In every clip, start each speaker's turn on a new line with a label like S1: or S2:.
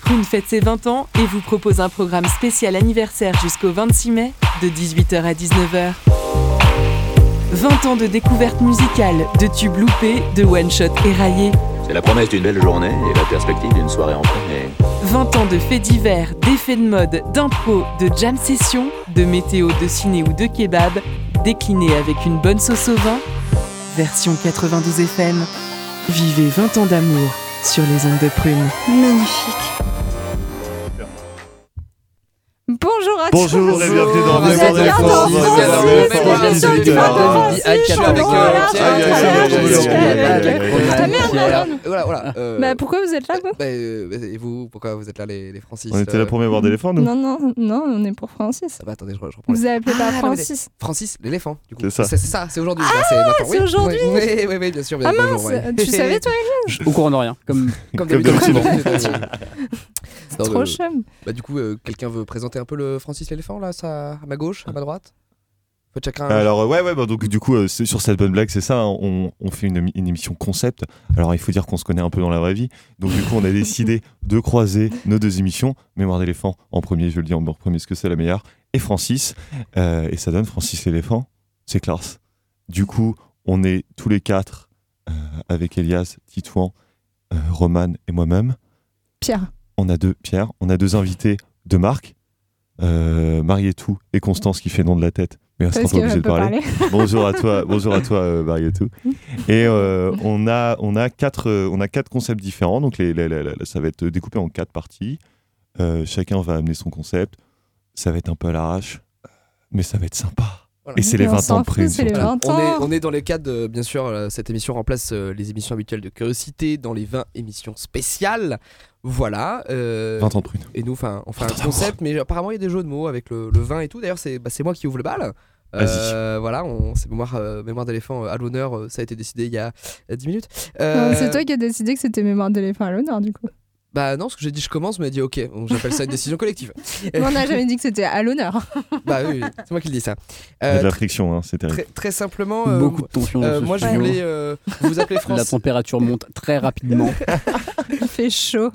S1: Prune fête ses 20 ans et vous propose un programme spécial anniversaire jusqu'au 26 mai de 18h à 19h. 20 ans de découvertes musicales, de tubes loupés, de one-shots éraillés.
S2: C'est la promesse d'une belle journée et la perspective d'une soirée en paix.
S1: 20 ans de faits divers, d'effets de mode, d'impôts, de jam session, de météo, de ciné ou de kebab, déclinés avec une bonne sauce au vin. Version 92 FM. Vivez 20 ans d'amour sur les ondes de prune.
S3: Magnifique. Bonjour Axel.
S4: Bonjour et bienvenue dans
S3: Vous
S4: les
S3: êtes bien dans
S4: Bonjour.
S3: Francis,
S4: Bonjour.
S3: c'est
S4: Bonjour.
S3: la
S4: Bonjour.
S3: seule du
S4: Bonjour.
S3: matin.
S4: Bonjour.
S5: dit Aïe,
S3: chaud.
S5: Cap avec euh,
S4: Aïe, aïe,
S5: Pierre.
S4: aïe, aïe, aïe, aïe, aïe, aïe, aïe.
S3: Ta mère,
S5: Pierre.
S3: madame.
S5: Et Voilà, voilà. euh,
S3: Bah pourquoi vous êtes là quoi
S5: bah, euh, bah, et vous, pourquoi vous êtes là, les, les Francis
S4: On était là
S5: euh,
S4: pour mémoire d'éléphant, nous
S3: Non, non, non, on est pour Francis.
S5: Ah bah, attendez, je, re- je reprends. les-
S3: Vous appelez
S5: Ah,
S3: pas
S5: non, mais-
S3: Francis
S5: Francis, l'éléphant, du coup.
S4: C'est ça.
S5: C'est ça, c'est aujourd'hui. Ah, c'est maintenant,
S3: c'est
S5: oui.
S3: aujourd'hui.
S5: Oui, oui, oui, oui, bien sûr. bien-
S3: Ah mince,
S5: bonjour, ouais.
S3: tu savais toi
S5: Bonjour. Au
S6: Au courant de rien. Comme...
S5: Comme
S4: Comme
S5: d'habitude. Non,
S3: Trop
S5: euh,
S3: chum.
S5: Bah, du coup, euh, quelqu'un veut présenter un peu le Francis l'éléphant, là, ça, à ma gauche, à ma droite Faut chacun.
S4: Alors euh, ouais ouais bah, donc du coup euh, c'est- sur cette bonne blague c'est ça hein, on, on fait une, une émission concept alors il faut dire qu'on se connaît un peu dans la vraie vie donc du coup on a décidé de croiser nos deux émissions Mémoire d'éléphant en premier je le dis en premier parce que c'est la meilleure et Francis Euh, et ça donne Francis l'éléphant c'est classe du coup on est tous les quatre euh, avec Elias Titouan euh, Roman et moi-même
S3: Pierre.
S4: on a deux Pierre on a deux invités de marque euh, Marietou et Constance qui fait nom de la tête mais on sera
S3: Parce
S4: pas
S3: qu'elle
S4: obligé
S3: peut
S4: de parler
S3: parler.
S4: bonjour à toi, bonjour à toi euh, Barietou. Et euh, on a on a quatre euh, on a quatre concepts différents. Donc les, les- les- les- ça va être découpé en quatre parties. Euh, chacun va amener son concept. Ça va être un peu à l'arrache, euh, mais ça va être sympa.
S5: Voilà.
S4: Et c'est les
S3: Mais on
S4: 20
S3: s'en
S4: ans de
S3: fout,
S4: prune.
S3: c'est les
S4: surtout.
S3: vingt.
S5: On est,
S3: Attends.
S5: on est dans le cadre, de- bien sûr, euh, cette émission remplace euh, les émissions habituelles de curiosité dans les 20 émissions spéciales. Voilà. euh,
S4: 20 ans de prune.
S5: Et nous, enfin, on fait un
S4: Attends,
S5: concept, mais apparemment, il y a des jeux de mots avec le, le vin et tout. D'ailleurs, c'est bah, c'est moi qui ouvre le bal. Euh, voilà, on- c'est mémoire, euh, mémoire d'éléphant euh, à l'honneur. euh, ça a été décidé il y a euh, 10 minutes. Euh,
S3: Non, C'est toi qui as décidé que c'était mémoire d'éléphant à l'honneur du coup.
S5: Bah non, parce que j'ai dit je commence, mais elle dit ok. Donc j'appelle ça une décision collective.
S3: Mais on n'a jamais dit que c'était à l'honneur.
S5: bah oui, oui, c'est moi qui le dis ça.
S4: Il y a
S5: Euh,
S4: de la
S5: tr-
S4: friction, hein, c'est terrible.
S5: très, très simplement. euh,
S6: Beaucoup de tension dans
S5: euh,
S6: ce
S5: moi, je
S6: studio.
S5: voulais euh, vous appeler
S6: La
S5: Francis.
S6: température monte très rapidement.
S3: Il fait chaud.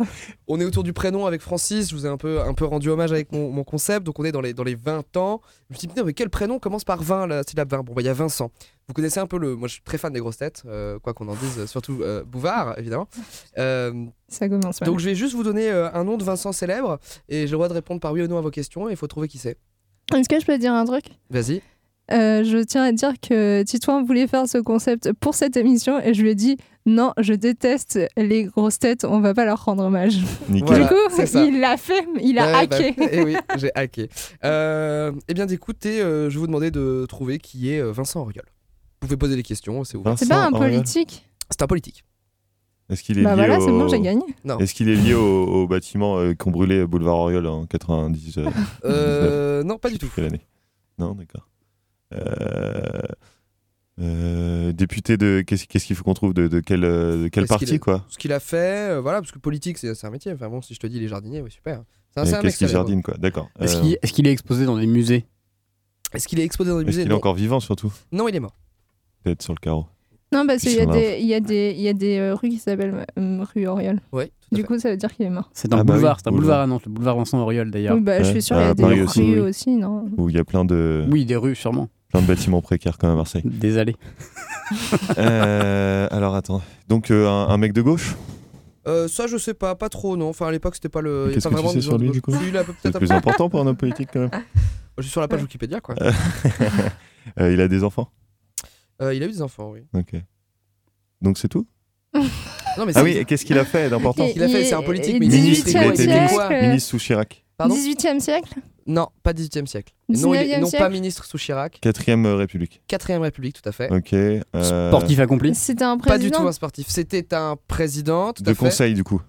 S5: On est autour du prénom avec Francis, je vous ai un peu, un peu rendu hommage avec mon, mon concept, donc on est dans les, dans les 20 ans. Je me suis dit, putain, mais quel prénom commence par 20, la syllabe 20 Bon, bah, il y a Vincent. Vous connaissez un peu le. Moi, je suis très fan des grosses têtes, euh, quoi qu'on en dise, euh, surtout euh, Bouvard, évidemment. Euh,
S3: Ça commence mal.
S5: Donc, je vais juste vous donner euh, un nom de Vincent célèbre, et j'ai le droit de répondre par oui ou non à vos questions, et il faut trouver qui c'est.
S3: Est-ce que je peux dire un truc
S5: Vas-y.
S3: Euh, je tiens à dire que Titouan voulait faire ce concept pour cette émission et je lui ai dit non, je déteste les grosses têtes, on va pas leur rendre hommage.
S4: Nickel.
S5: Voilà,
S3: du coup,
S5: c'est ça.
S3: il l'a fait, il a
S5: Ouais, bah,
S3: hacké.
S5: eh oui, j'ai hacké. Euh, eh bien, écoutez, euh, je vais vous demander de trouver qui est euh, Vincent Auriol. Vous pouvez poser des questions, c'est ouvert.
S4: Vincent
S3: C'est pas un
S4: Auriol.
S3: politique.
S5: C'est un politique.
S4: Est-ce qu'il est
S3: bah
S4: lié
S3: voilà, c'est
S4: au...
S3: bon, j'ai gagné.
S4: Est-ce qu'il est lié au, au bâtiment euh, qu'ont brûlé boulevard Oriol en 90 euh,
S5: Euh, non, pas du
S4: Je sais
S5: tout.
S4: plus Quelle année Non, d'accord. Euh, euh, député de. Qu'est-ce qu'est-ce qu'il faut qu'on trouve de, de quel, euh, de quel
S5: Est-ce qu'il
S4: parti,
S5: est-
S4: quoi
S5: ce qu'il a fait, euh, voilà, parce que politique, c'est c'est un métier. Enfin bon, si je te dis les jardiniers, oui, super. C'est un- c'est
S4: Et
S5: un mec
S4: Euh, Qu'est-ce qu'il
S5: sérieux,
S4: jardine, quoi D'accord.
S6: Est-ce
S4: Euh,
S6: qu'il est-ce qu'il est exposé dans des musées
S5: quoi. Est-ce qu'il est exposé dans les
S4: est-ce
S5: musées
S4: qu'il est
S5: non.
S4: encore vivant, surtout
S5: non, il est mort.
S4: Peut-être sur le carreau.
S3: Non, parce qu'il y, a
S4: Putain,
S3: des- il y a des, il y a des euh, rues qui s'appellent euh, rue Oriol.
S5: Oui, tout à
S3: Du
S5: fait.
S3: coup, ça veut dire qu'il est mort.
S6: C'est un
S4: Ah bah oui,
S6: boulevard, c'est un
S4: boulevard.
S6: boulevard à Nantes, le boulevard Vincent Auriol d'ailleurs.
S3: Oui, bah, je
S4: ouais,
S3: suis sûre, il y
S4: Hein? à
S3: a des
S4: Paris
S3: rues
S4: aussi,
S3: aussi,
S6: oui.
S3: non
S4: Où il y a plein de,
S6: Oui, des rues sûrement,
S4: plein de bâtiments précaires, quand même, à Marseille.
S6: des allées.
S4: Euh, alors, attends. Donc, euh, un, un mec de gauche
S5: Euh, ça, je sais pas, pas trop, non. Enfin, à l'époque, c'était pas le. il y a
S4: Qu'est-ce
S5: pas
S4: que tu
S5: vraiment
S4: sais
S5: de
S4: sur lui,
S5: gauche.
S4: du coup
S5: Oui, il a peut-être
S4: C'est
S5: un
S4: le plus
S5: peu-
S4: important pour un homme politique, quand même.
S5: Je suis sur la page
S3: Ouais.
S5: Wikipédia, quoi.
S4: Euh, il a des enfants
S5: Euh, il a eu des enfants, oui.
S4: Ok. Donc, c'est tout
S5: Non, mais
S4: Ah
S5: c'est-
S4: oui, et qu'est-ce qu'il a fait d'important
S5: qu'il a fait, c'est un politique, mais il est
S4: Ministre, il a
S5: ministre,
S4: été
S5: il était quoi
S3: siècle.
S4: ministre sous Chirac.
S5: Pardon
S3: 18e siècle
S5: Non, pas 18 e siècle. Et Non, il est-
S3: 19e
S5: non
S3: siècle.
S5: pas ministre sous Chirac.
S4: 4ème euh, République.
S5: 4ème République, tout à fait.
S4: Ok. euh,
S6: Sportif accompli.
S3: C'était un
S5: Pas du tout hein,
S3: président.
S5: un sportif. C'était un président, tout
S4: De
S5: à fait.
S4: conseil, du coup.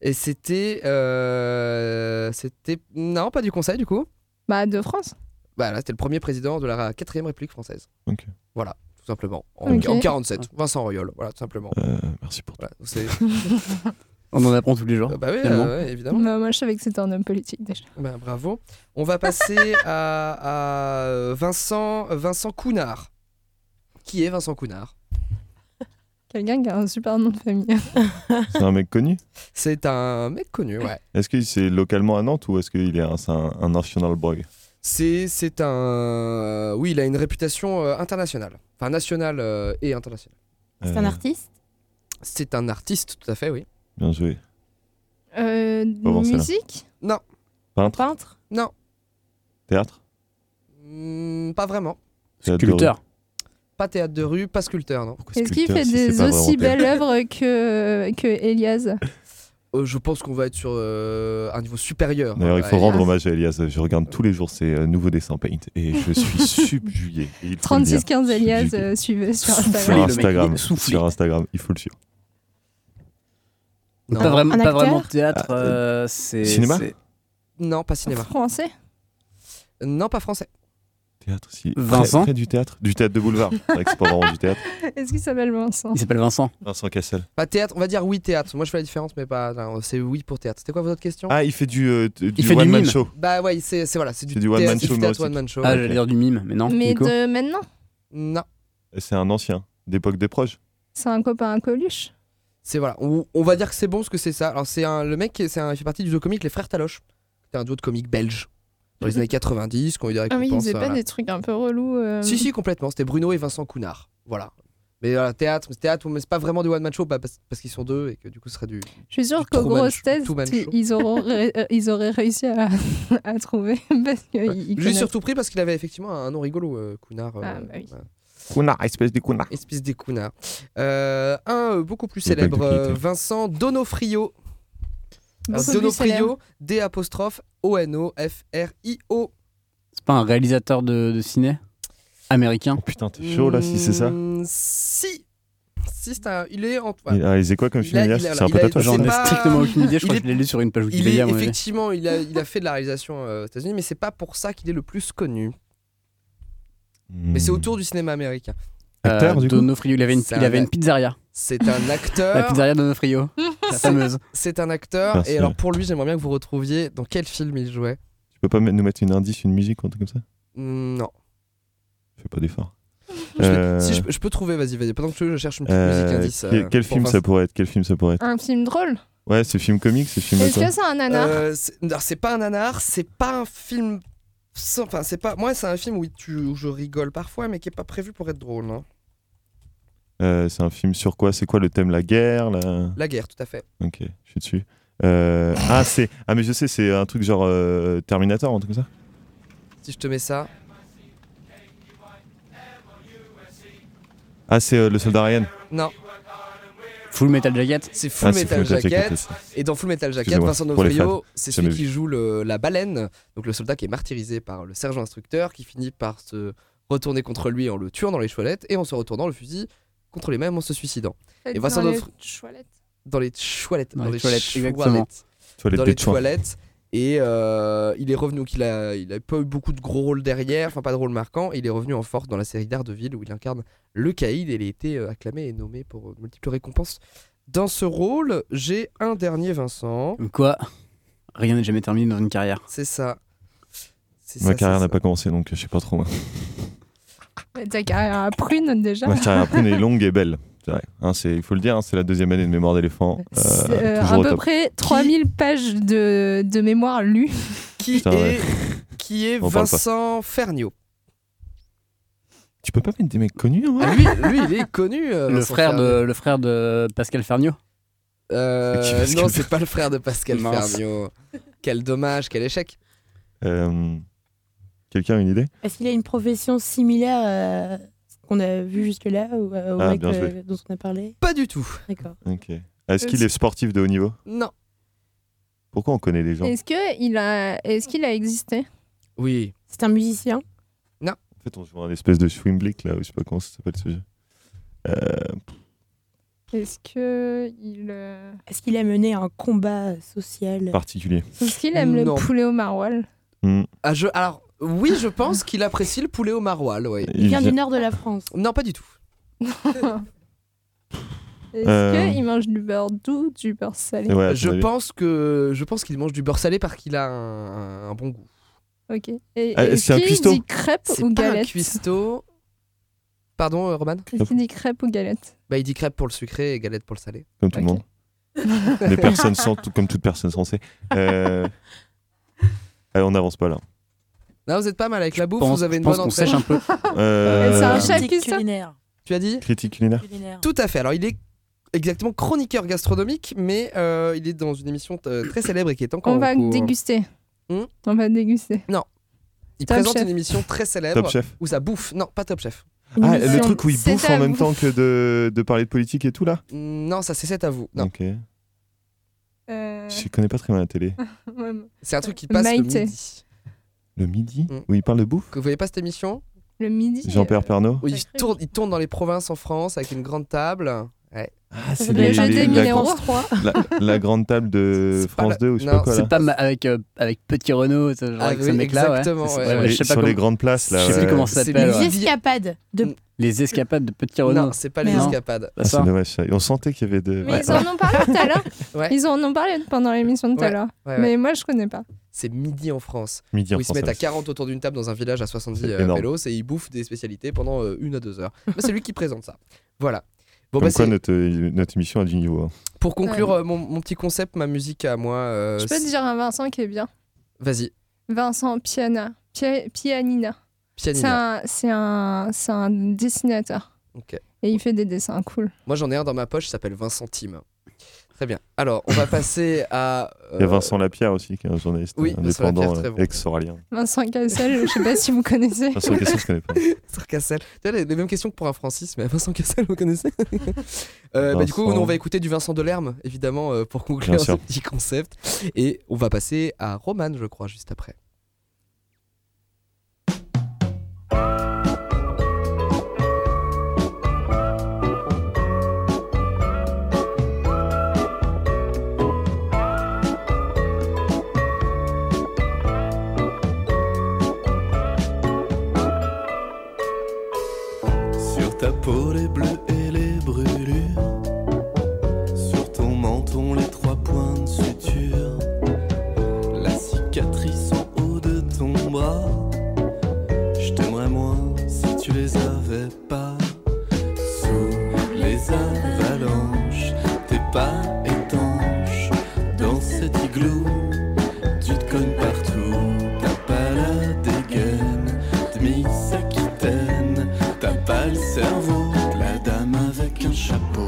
S5: Et c'était. euh, C'était. Non, pas du conseil, du coup.
S3: Bah, de France.
S5: Bah là, c'était le premier président de la 4 République française.
S4: Ok.
S5: Voilà, tout simplement. En,
S3: Ok.
S5: en 47, Vincent Auriol, voilà, tout simplement.
S4: Euh, merci pour
S5: Voilà, c'est-
S6: On en apprend tous les jours.
S5: bah oui,
S6: Finalement.
S5: euh, ouais, évidemment.
S3: Bah, moi, je savais que c'était un homme politique déjà.
S5: Bah, bravo. On va passer à, à, euh, Vincent, Vincent Counard. Qui est Vincent Counard
S3: Quelqu'un qui a un super nom de famille.
S4: C'est un mec connu
S5: C'est un mec connu, ouais.
S4: Est-ce que c'est localement à Nantes ou est-ce qu'il est un, c'est un, un national brog
S5: C'est c'est un. Oui, il a une réputation euh, internationale. Enfin, nationale euh, et internationale.
S7: C'est
S4: Euh,
S7: un artiste
S5: C'est un artiste, tout à fait, oui.
S4: Bien joué.
S3: Euh,
S4: voir celle-là.
S3: musique
S4: Peintre
S7: Peintre
S5: Non,
S4: Théâtre
S5: Hmm, pas vraiment.
S4: Théâtre de rue
S6: Sculpteur.
S5: Pas théâtre de rue, pas sculpteur, non.
S4: Pourquoi
S3: Est-ce qu'il
S4: sculpteur
S3: fait
S4: si c'est
S3: des
S4: pas
S3: aussi
S4: vraiment
S3: belles œuvres que, que Elias
S5: Euh, je pense qu'on va être sur euh, un niveau supérieur.
S4: D'ailleurs, il faut
S5: Ouais.
S4: rendre hommage à Elias. Je regarde tous les jours ses euh, nouveaux dessins paint et je suis subjugué. Et il faut le dire,
S3: 3615 Elias,
S4: subjugué.
S3: euh, suivez sur
S4: sur
S3: Instagram.
S6: le mec, il
S4: Instagram.
S6: est soufflé.
S4: Sur Instagram, il faut le suivre.
S5: Non.
S6: Pas vraiment,
S7: Un
S6: pas
S7: acteur
S6: vraiment théâtre.
S4: Ah,
S6: euh, c'est
S4: cinéma
S6: c'est
S5: Non, pas cinéma.
S3: Français
S5: Non, pas français.
S4: Théâtre, si.
S6: Vincent
S4: Près, près du théâtre Du théâtre de boulevard. C'est vrai que c'est pas vraiment du théâtre.
S3: Est-ce qu'il s'appelle Vincent
S6: Il s'appelle Vincent.
S4: Vincent Cassel.
S5: Pas théâtre, on va dire oui théâtre. Moi je fais la différence, mais pas. non, C'est oui pour théâtre. C'était quoi votre question
S4: Ah, il fait du, euh, t- du
S6: fait du
S4: one-man
S6: mime.
S4: show.
S5: Bah ouais, c'est c'est- voilà, c'est du,
S4: C'est du one
S5: théâtre,
S4: man
S5: c'est
S4: show
S5: du théâtre
S4: humoristique.
S5: one man show.
S6: Ah,
S4: ok.
S6: j'allais dire du mime, mais non.
S3: Mais
S6: Nico.
S3: de maintenant
S5: Non,
S4: C'est un ancien, d'époque des proches.
S3: C'est un copain à Coluche
S5: c'est voilà. On, on va dire que c'est bon parce que c'est ça. Alors c'est un le mec, qui est- c'est un, il fait partie du duo comique Les Frères Taloche. C'était un duo de comiques belge dans les années 90 qu'on eu des
S3: Ah oui, il
S5: récompenses,
S3: faisait pas
S5: voilà.
S3: des trucs un peu relous. euh,
S5: Si si complètement. C'était Bruno et Vincent Counard. Voilà. Mais voilà, théâtre, mais théâtre, mais c'est pas vraiment du one man show bah, parce, parce qu'ils sont deux et que du coup ce serait du.
S3: Je suis sûre
S5: Du
S3: qu'aux
S5: Truman
S3: grosses
S5: Show-
S3: têtes,
S5: Truman
S3: tu-
S5: Show.
S3: ils auraient, euh, ils auraient réussi à, à trouver. Parce que ils- ils
S5: J'ai
S3: connaissent.
S5: surtout pris parce qu'il avait effectivement un nom rigolo, euh, Counard. euh,
S3: Ah, bah oui.
S5: voilà.
S4: Cunard, espèce de cunard.
S5: Espèce des Counards. Euh, un euh, beaucoup plus
S4: Il y a pas
S5: célèbre,
S4: que de
S5: euh,
S4: qualité.
S5: Vincent Donofrio. Alors,
S3: Beaucoup plus célèbres.
S5: Donofrio, D apostrophe O N O F R I O.
S6: C'est pas un réalisateur de, de ciné américain.
S4: Oh putain, t'es chaud là, si c'est ça.
S5: Mm, Si. Si, c'est un. Il est en. voilà.
S4: Il a réalisé quoi comme
S5: Il
S4: film
S5: a-
S4: Elias
S5: il a-
S4: C'est un
S5: il
S4: peu
S5: a-
S4: tatouage.
S5: c'est
S6: J'en ai
S5: pas-
S6: strictement aucune idée. Je
S5: il
S6: crois
S5: est-
S6: que je l'ai lu sur une page
S5: Il est
S6: Wikipédia. à mon avis.
S5: effectivement, il a, il a fait de la réalisation euh, aux États-Unis, mais c'est pas pour ça qu'il est le plus connu. Mais c'est autour du cinéma américain.
S4: Hmm. Acteur, du coup
S6: Euh, Donofrio, il avait une,
S5: C'est
S6: il
S5: un
S6: avait une
S5: mec.
S6: pizzeria.
S5: C'est un
S6: La
S5: acteur.
S6: pizzeria Donofrio, la fameuse.
S5: C'est un acteur.
S4: Merci.
S5: Et alors pour lui, j'aimerais bien que vous retrouviez dans quel film il jouait.
S4: Tu peux pas me- nous mettre une indice, une musique ou un truc comme ça
S5: Mm, Non.
S4: Fais pas d'effort.
S5: Je peux- Si je, peux- je peux trouver, vas-y, vas-y. Pendant que tu veux, je cherche une petite musique indice.
S4: Euh. quel,
S5: euh,
S4: quel
S5: pour
S4: film
S5: Vincent.
S4: ça pourrait être Quel film ça pourrait être
S3: Un film drôle.
S4: Ouais, c'est film comique, c'est film.
S3: Est-ce
S4: quoi
S3: que c'est un nanar
S5: Euh, c'est- non, c'est pas un nanar, c'est pas un film. sans- Enfin, c'est pas. Moi, c'est un film où, tu, où je rigole parfois, mais qui est pas prévu pour être drôle. hein.
S4: Euh, c'est un film sur quoi C'est quoi le thème La guerre la...
S5: La guerre, tout à fait.
S4: Ok, je suis dessus. Euh, ah, c'est ah mais je sais, c'est un truc genre euh, Terminator, un truc comme ça.
S5: Si je te mets ça,
S4: Ah, c'est euh, le soldat Ryan.
S5: non,
S6: Full Metal Jacket.
S5: c'est Full
S4: ah, c'est
S5: Metal
S4: Full Metal
S5: Jacket.
S4: ça.
S5: Et dans Full Metal Jacket,
S4: Excusez-moi,
S5: Vincent
S4: pour les
S5: D'Onofrio, c'est
S4: Jamais
S5: celui qui joue le- la baleine, donc le soldat qui est martyrisé par le sergent instructeur, qui finit par se retourner contre lui en le tuant dans les toilettes et en se retournant le fusil contre les mêmes en se suicidant. Et Vincent
S3: Dans les
S5: D'Onofrio-
S3: toilettes.
S5: Dans les toilettes,
S6: Dans les toilettes, exactement.
S4: Toilette
S5: dans
S4: des
S5: les
S4: Chouins.
S5: toilettes. Et euh, il est revenu, qu'il a, il a pas eu beaucoup de gros rôles derrière, enfin pas de rôle marquant. et il est revenu en force dans la série Daredevil où il incarne le caïd et il a été euh, acclamé et nommé pour euh, de multiples récompenses. Dans ce rôle, j'ai un dernier Vincent.
S6: Comme quoi, rien n'est jamais terminé dans une carrière.
S5: C'est ça. C'est
S4: Ma
S5: ça,
S4: carrière
S5: c'est
S4: n'a
S5: ça.
S4: pas commencé, donc je sais pas trop. moi.
S3: Mais Ta carrière à prune déjà.
S4: Ma carrière prune est longue et belle. C'est vrai. Hein, c'est- il faut le dire, hein, c'est la deuxième année de mémoire d'éléphant. euh,
S3: C'est, euh,
S4: toujours
S3: à
S4: au
S3: peu
S4: top.
S3: près 3000 pages de, de mémoire lue.
S5: Qui
S4: Putain,
S5: est,
S4: ouais.
S5: qui est
S4: On parle pas.
S5: Vincent Ferniaud
S4: Tu peux pas mettre des mecs connus, hein? en vrai
S5: Ah, lui, lui, il est connu. euh,
S6: Le
S5: Vincent
S6: frère,
S5: Ferniaud.
S6: de, le frère de Pascal Ferniaud.
S5: Euh,
S4: C'est qui, Pascal
S5: non, c'est pas le frère de Pascal
S6: Mince.
S5: Ferniaud. Quel dommage, quel échec.
S4: Euh, Quelqu'un a une idée
S7: Est-ce qu'il a une profession similaire à ce qu'on a vu jusque-là ou euh, au
S4: Ah,
S7: mec
S4: bien joué.
S7: euh, dont on a parlé
S5: Pas du tout.
S7: D'accord.
S4: Ok.
S3: Euh,
S4: Est-ce qu'il est sportif de haut niveau
S5: Non.
S4: Pourquoi on connaît les gens
S3: Est-ce qu'il a, est qu'il a existé
S5: Oui.
S7: C'est un musicien
S4: En fait, on joue à un espèce de swimblick là, ou je sais pas comment ça s'appelle ce jeu. Euh,
S3: Est-ce qu'il euh,
S7: Est-ce qu'il a mené un combat social
S4: particulier.
S3: est-ce qu'il aime
S5: Non.
S3: le poulet au maroilles
S5: Ah, je- alors, oui, je pense qu'il apprécie le poulet au maroilles, oui.
S7: Il vient du nord de la France.
S5: Non, pas du tout.
S3: Est-ce
S4: Euh.
S3: qu'il mange du beurre doux, du beurre salé
S4: Et ouais,
S5: je
S4: à ton avis.
S5: pense que je pense qu'il mange du beurre salé parce qu'il a un, un bon goût.
S3: Ok. Et-
S4: Ah,
S3: Est-ce
S4: c'est un
S3: qu'il
S4: cuistot
S3: dit crêpe
S5: C'est
S3: ou
S5: pas un
S3: galette
S5: cuistot. Pardon, euh, Roman
S3: Est-ce qu'il dit crêpes ou galettes
S5: Bah, il dit crêpe pour le sucré et galette pour le salé.
S4: comme tout le
S3: Ok.
S4: monde. Les personnes sans, tout- comme toute personne censée. Euh, allez, on n'avance pas là.
S5: Là, vous êtes pas mal avec la bouffe,
S6: pense-
S5: vous avez une
S6: je pense
S5: bonne
S6: qu'on sèche
S5: entrée.
S6: un peu.
S4: Euh,
S3: Et c'est un chat-
S7: Critique
S3: Charcuterie.
S7: culinaire.
S5: Tu as dit
S4: Critique culinaire.
S7: Culinaire.
S5: Tout à fait. Alors, il est exactement chroniqueur gastronomique, mais euh, il est dans une émission euh, très célèbre et qui est encore
S3: On
S5: en
S3: va
S5: cours.
S3: déguster.
S5: Hmm
S3: On va déguster. Top
S5: Il présente
S3: Chef.
S5: une émission très célèbre
S4: Top chef.
S5: où ça bouffe. Non, pas Top Chef.
S4: Ah,
S3: Émission.
S4: le truc où il
S3: C'est
S4: bouffe
S3: à
S4: en même
S3: vous.
S4: temps que de, de parler de politique et tout là
S5: Non, ça c'est c'est à vous. Non,
S4: Ok.
S3: Euh,
S4: Je connais pas très bien la télé.
S3: ouais,
S5: c'est un truc qui passe le
S3: Maïté.
S5: midi.
S4: Le midi
S5: Mm.
S4: Où il parle de bouffe
S5: Que vous voyez pas cette émission
S3: Le midi.
S4: Jean-Pierre Pernaut
S5: où il
S3: Sacré.
S5: tourne, il tourne dans les provinces en France avec une grande table.
S4: Ah,
S7: c'est les-
S3: Je
S7: les-
S3: t'ai mis
S4: la,
S3: les
S4: grande-
S3: rois.
S4: la, la grande table de
S5: C'est pas
S4: France
S5: la-
S4: 2 ou je sais
S5: non,
S4: pas quoi là.
S6: C'est pas ma- avec, euh, avec Petit Renault, ce, genre,
S5: Ah
S6: avec ce
S5: oui,
S6: mec-là. Ouais.
S5: exactement,
S6: C'est-
S5: ouais,
S6: ouais,
S5: ouais.
S6: ouais,
S4: Les-
S6: je sais
S4: sur
S6: pas comment-
S4: les grandes places là.
S6: je sais plus
S4: ouais.
S6: comment ça
S5: C'est
S6: s'appelle.
S5: les-
S6: ouais.
S7: Les escapades
S5: Mm.
S7: de.
S6: Les escapades de Petit Renault. Bah,
S5: Non, c'est pas les
S7: Non.
S5: escapades.
S4: Ah, c'est dommage ça. Et on sentait qu'il y avait de.
S3: Mais
S4: Ouais,
S3: ils en ont parlé tout à l'heure.
S5: Ouais.
S3: Ils en ont parlé pendant l'émission de tout à
S5: Ouais,
S3: l'heure.
S5: Ouais, ouais.
S3: Mais moi, je connais pas.
S5: C'est midi en France.
S4: Midi en
S5: où ils se
S4: France,
S5: mettent
S4: ouais.
S5: à 40 autour d'une table dans un village à 70
S4: C'est
S5: euh,
S4: énorme.
S5: vélos et ils bouffent des spécialités pendant euh, une à deux heures. Bah, c'est lui qui présente ça. Voilà. Bon,
S4: Comme
S5: bah,
S4: quoi
S5: c'est-
S4: notre, euh, notre émission a du niveau. hein.
S5: pour conclure euh, mon, mon petit concept, ma musique à moi. euh,
S3: je peux
S5: c'est-
S3: te dire un Vincent qui est bien.
S5: Vas-y,
S3: Vincent Piana. Pia- Pianina. C'est
S5: pianina.
S3: un, c'est un, c'est un dessinateur.
S5: Ok.
S3: Et il fait des dessins cool.
S5: Moi j'en ai un dans ma poche, il s'appelle Vincent Tim. Très bien. Alors, on va passer à.
S4: Il y a
S5: euh,
S4: Vincent Lapierre aussi, qui est un journaliste
S5: oui,
S4: euh,
S5: Vincent Lapierre,
S4: indépendant,
S5: très
S4: euh,
S5: bon.
S4: ex-oralien.
S3: Vincent Cassel, je sais pas si vous connaissez.
S4: Vincent Cassel, je connais pas.
S5: Vincent Cassel. Tu vois, les, les mêmes questions que pour un Francis, mais Vincent Cassel, vous connaissez Euh, bah, Du coup,
S4: Vincent.
S5: nous, on va écouter du Vincent Delerme, évidemment, euh, pour
S4: Bien
S5: conclure ce
S4: sûr.
S5: petit concept. Et on va passer à Roman, je crois, juste après.
S8: Sur ta peau les bleus et les brûlures Sur ton menton les trois points de suture La cicatrice en haut de ton bras Je t'aimerais moins si tu les avais pas Sous les avalanches T'es pas étanche Dans cet igloo Tu te cognes partout T'as pas la dégaine Demi-Aquitaine T'as pas le cerveau de la dame avec un chapeau.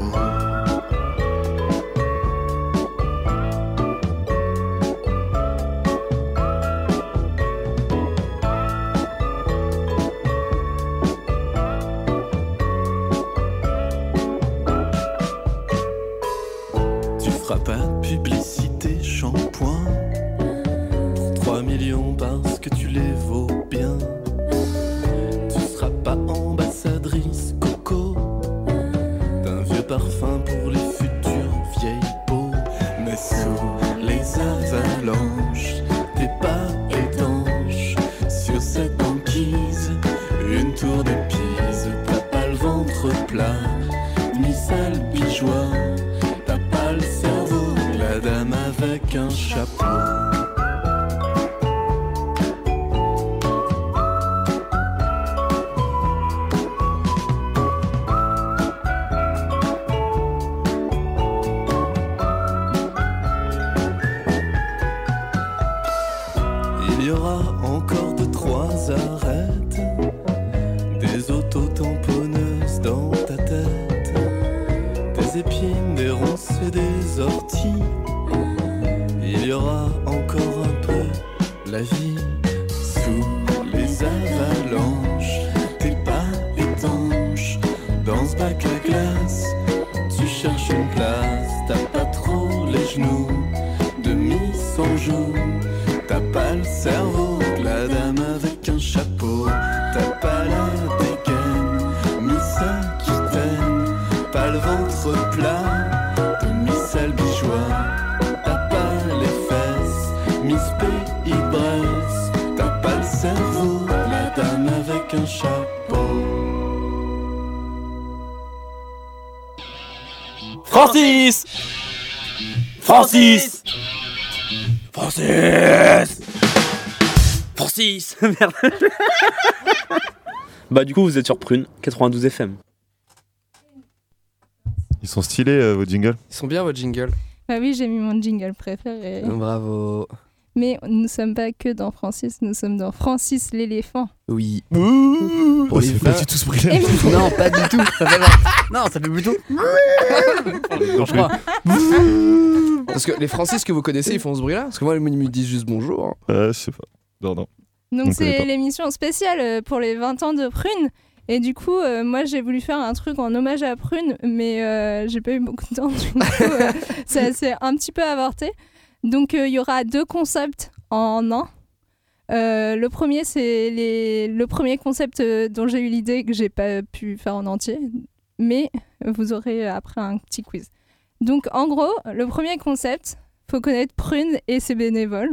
S8: Tu feras pas de publicité shampoing pour 3 millions parce que tu les vaux bien. Tu seras pas ambassadrice coco d'un vieux parfum pour les futures vieilles peaux. Mais sous les avalanches, t'es pas étanche. Sur cette banquise, une tour de pise. T'as pas le ventre plat, ni sale bijoua. T'as pas le cerveau, de la dame avec un chapeau. Il y aura encore deux, trois arêtes, des auto-tamponneuses dans ta tête, des épines, des ronces et des orties. Il y aura encore un peu la vie sous les avalanches. T'es pas étanche dans ce bac à glace. Tu cherches une place, t'as pas trop les genoux, demi sans joue. T'as pas le cerveau de la dame avec un chapeau. T'as pas la dégaine, Miss Aquitaine. Pas le ventre plat de Miss Albigeois. T'as pas les fesses, Miss Pays Bresse. T'as pas le cerveau de la dame avec un chapeau.
S9: Francis Francis Francis Francis Merde Bah du coup vous êtes sur Prune 92 FM.
S4: Ils sont stylés, euh, vos jingles.
S5: Ils sont bien vos jingles.
S3: Bah oui, j'ai mis mon jingle préféré.
S5: Bravo.
S3: Mais nous sommes pas que dans Francis, nous sommes dans Francis l'éléphant.
S5: Oui.
S4: Oh,
S5: Pour les
S4: c'est pas
S5: vingt-
S4: du tout ce prix-là.
S6: Non, pas du tout. Ça fait... Ah, Non, ça fait plutôt.
S4: Non, je-
S5: Parce que les Francis que vous connaissez, ils font ce bruit-là. Parce que moi, ils me disent juste bonjour. hein.
S4: Euh, je sais pas. Non, non. On
S3: Donc
S4: connaît pas.
S3: c'est l'émission spéciale euh, pour les 20 ans de Prune. Et du coup, euh, moi j'ai voulu faire un truc en hommage à Prune, mais euh, j'ai pas eu beaucoup de temps. Du coup, euh, ça s'est un petit peu avorté. Donc euh, il y aura deux concepts en un. Euh, le premier, c'est les... le premier concept euh, dont j'ai eu l'idée que j'ai pas pu faire en entier, mais vous aurez euh, après un petit quiz. Donc en gros, le premier concept, faut connaître Prune et ses bénévoles.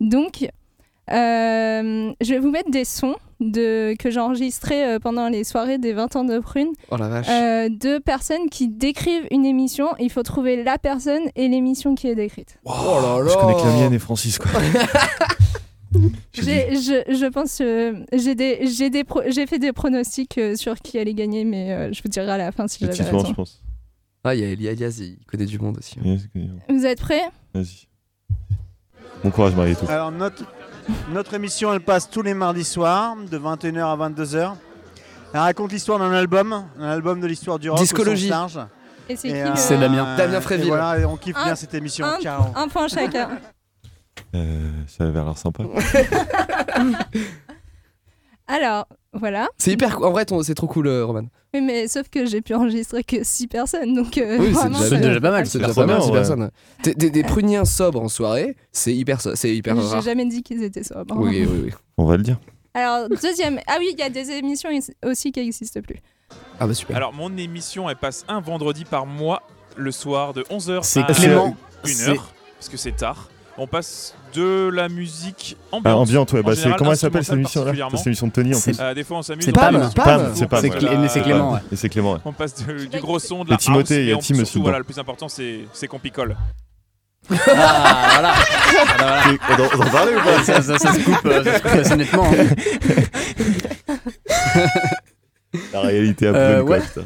S3: Donc euh, je vais vous mettre des sons de, que j'ai enregistrés euh, pendant les soirées des 20 ans de Prune
S5: Oh la vache.
S3: euh, de personnes qui décrivent une émission. Il faut trouver la personne et l'émission qui est décrite.
S5: oh là là.
S4: Je connais que la mienne et Francis, quoi. J'ai dit-
S3: J'ai- Je, je pense que j'ai des- j'ai des pro- j'ai fait des pronostics euh, sur qui allait gagner, mais euh, je vous dirai à la fin si
S4: j'ai
S3: j'avais
S4: dit Titouan,
S3: raison.
S4: je pense.
S5: Ah, il y a Elia Elias, il connaît du monde aussi. hein.
S4: Yes, yes, yes.
S3: Vous êtes prêts
S4: Vas-y. Bon courage, marie tout.
S10: Alors notre, notre émission, elle passe tous les mardis soirs de 21h à 22h. Elle raconte l'histoire d'un album, un album de l'histoire du rock au sens
S5: Discologie.
S10: large.
S3: Et c'est qui
S10: Et, euh,
S3: le-
S6: C'est Damien.
S5: Damien
S10: Et
S5: Fréville.
S10: voilà, et on kiffe
S3: Un-
S10: bien cette émission.
S3: un-
S10: Caro.
S3: Un point chacun.
S4: Euh, ça avait l'air sympa.
S3: Alors, voilà.
S5: C'est hyper cool. En vrai, ton- c'est trop cool, euh, Roman.
S3: Oui, mais sauf que j'ai pu enregistrer que 6 personnes, donc euh,
S5: Oui, c'est
S3: vraiment,
S5: déjà-
S3: ça-
S6: C'est déjà pas mal.
S5: C'est
S4: déjà
S5: déjà
S4: trop
S5: pas mal,
S4: bien,
S5: ces
S4: ouais.
S5: personnes. Des, des- des pruniens sobres en soirée, c'est hyper, so- c'est hyper
S3: J'ai
S5: rare.
S3: jamais dit qu'ils étaient sobres.
S5: Oui, oui, oui.
S4: On va le dire.
S3: Alors, deuxième. Ah oui, il y a des émissions is- aussi qui n'existent plus.
S5: Ah bah super.
S11: Alors, mon émission, elle passe un vendredi par mois, le soir de 11h
S6: C'est
S11: à
S6: Clément.
S11: 1h,
S6: C'est-
S11: parce que c'est tard. On passe de la musique
S4: Ah,
S11: ambiante.
S4: ambiante, ouais.
S11: En
S4: Bah, c'est-
S11: général,
S4: comment elle s'appelle cette
S11: instrumentale
S4: émission-là
S11: particulièrement.
S4: C'est l'émission de Tony en
S6: C'est-
S4: plus.
S11: Euh, des fois, on s'amuse.
S6: C'est
S11: on passe
S6: Pam.
S11: de la-
S4: Pam, c'est Pam.
S6: C'est
S4: ouais.
S6: Clé- mais c'est
S11: Euh,
S6: Clément, ouais.
S4: Et c'est Clément, ouais.
S11: On passe de-
S3: Jack-
S11: du gros son, de
S4: Et
S11: la
S4: Timothée,
S11: house,
S4: il y a
S11: on-
S4: Tim aussi
S11: surtout, voilà,
S4: dedans.
S11: le plus important, c'est c'est qu'on picole.
S6: Ah, bah, voilà.
S4: On en- on en parlait ou pas
S6: ça, ça- ça se coupe, euh, ça se coupe assez nettement. hein.
S4: La réalité à
S6: Euh,
S4: Brune, quoi,
S6: ouais.
S4: putain.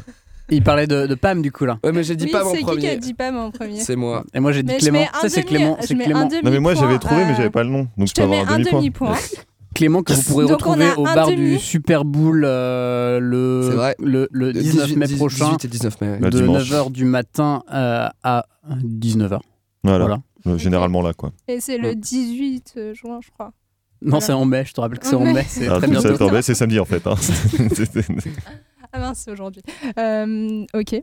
S6: Il parlait de, de Pam du coup là.
S5: Ouais, mais j'ai dit
S3: oui,
S5: pas mon
S3: c'est qui qui a
S5: premier.
S3: dit pas en premier
S5: C'est moi.
S6: Et moi j'ai dit
S3: Mais je
S6: Clément.
S3: mets un
S6: Ça c'est
S3: demi-
S6: Clément.
S3: je
S6: C'est
S3: mets
S6: Clément.
S3: un
S4: Non mais moi j'avais trouvé
S3: demi-point,
S4: mais j'avais
S3: euh,
S4: pas le nom donc
S3: Je
S4: je
S3: te
S4: peux
S3: mets
S4: avoir un
S3: un
S4: demi point.
S3: demi-point.
S6: Clément que vous pourrez
S3: Donc, on a
S6: retrouver au
S3: un
S6: bar
S3: demi.
S6: du Super Bowl euh,
S5: C'est
S6: le,
S5: vrai.
S6: le, le 19 mai
S5: 18
S6: prochain
S5: 18 et 19 mai. ouais.
S4: Bah,
S6: de
S4: dimanche.
S6: 9h du matin euh, à 19h.
S4: Voilà,
S6: Voilà.
S4: euh, généralement là quoi.
S3: Et c'est le 18 euh, juin, je crois.
S6: Non, c'est en mai, je te rappelle que c'est en
S3: En mai.
S6: mai, c'est
S4: Ah,
S6: très
S4: tout ça
S6: bientôt.
S4: t'en c'est samedi en fait hein.
S3: Ah mince, c'est aujourd'hui. Euh, ok.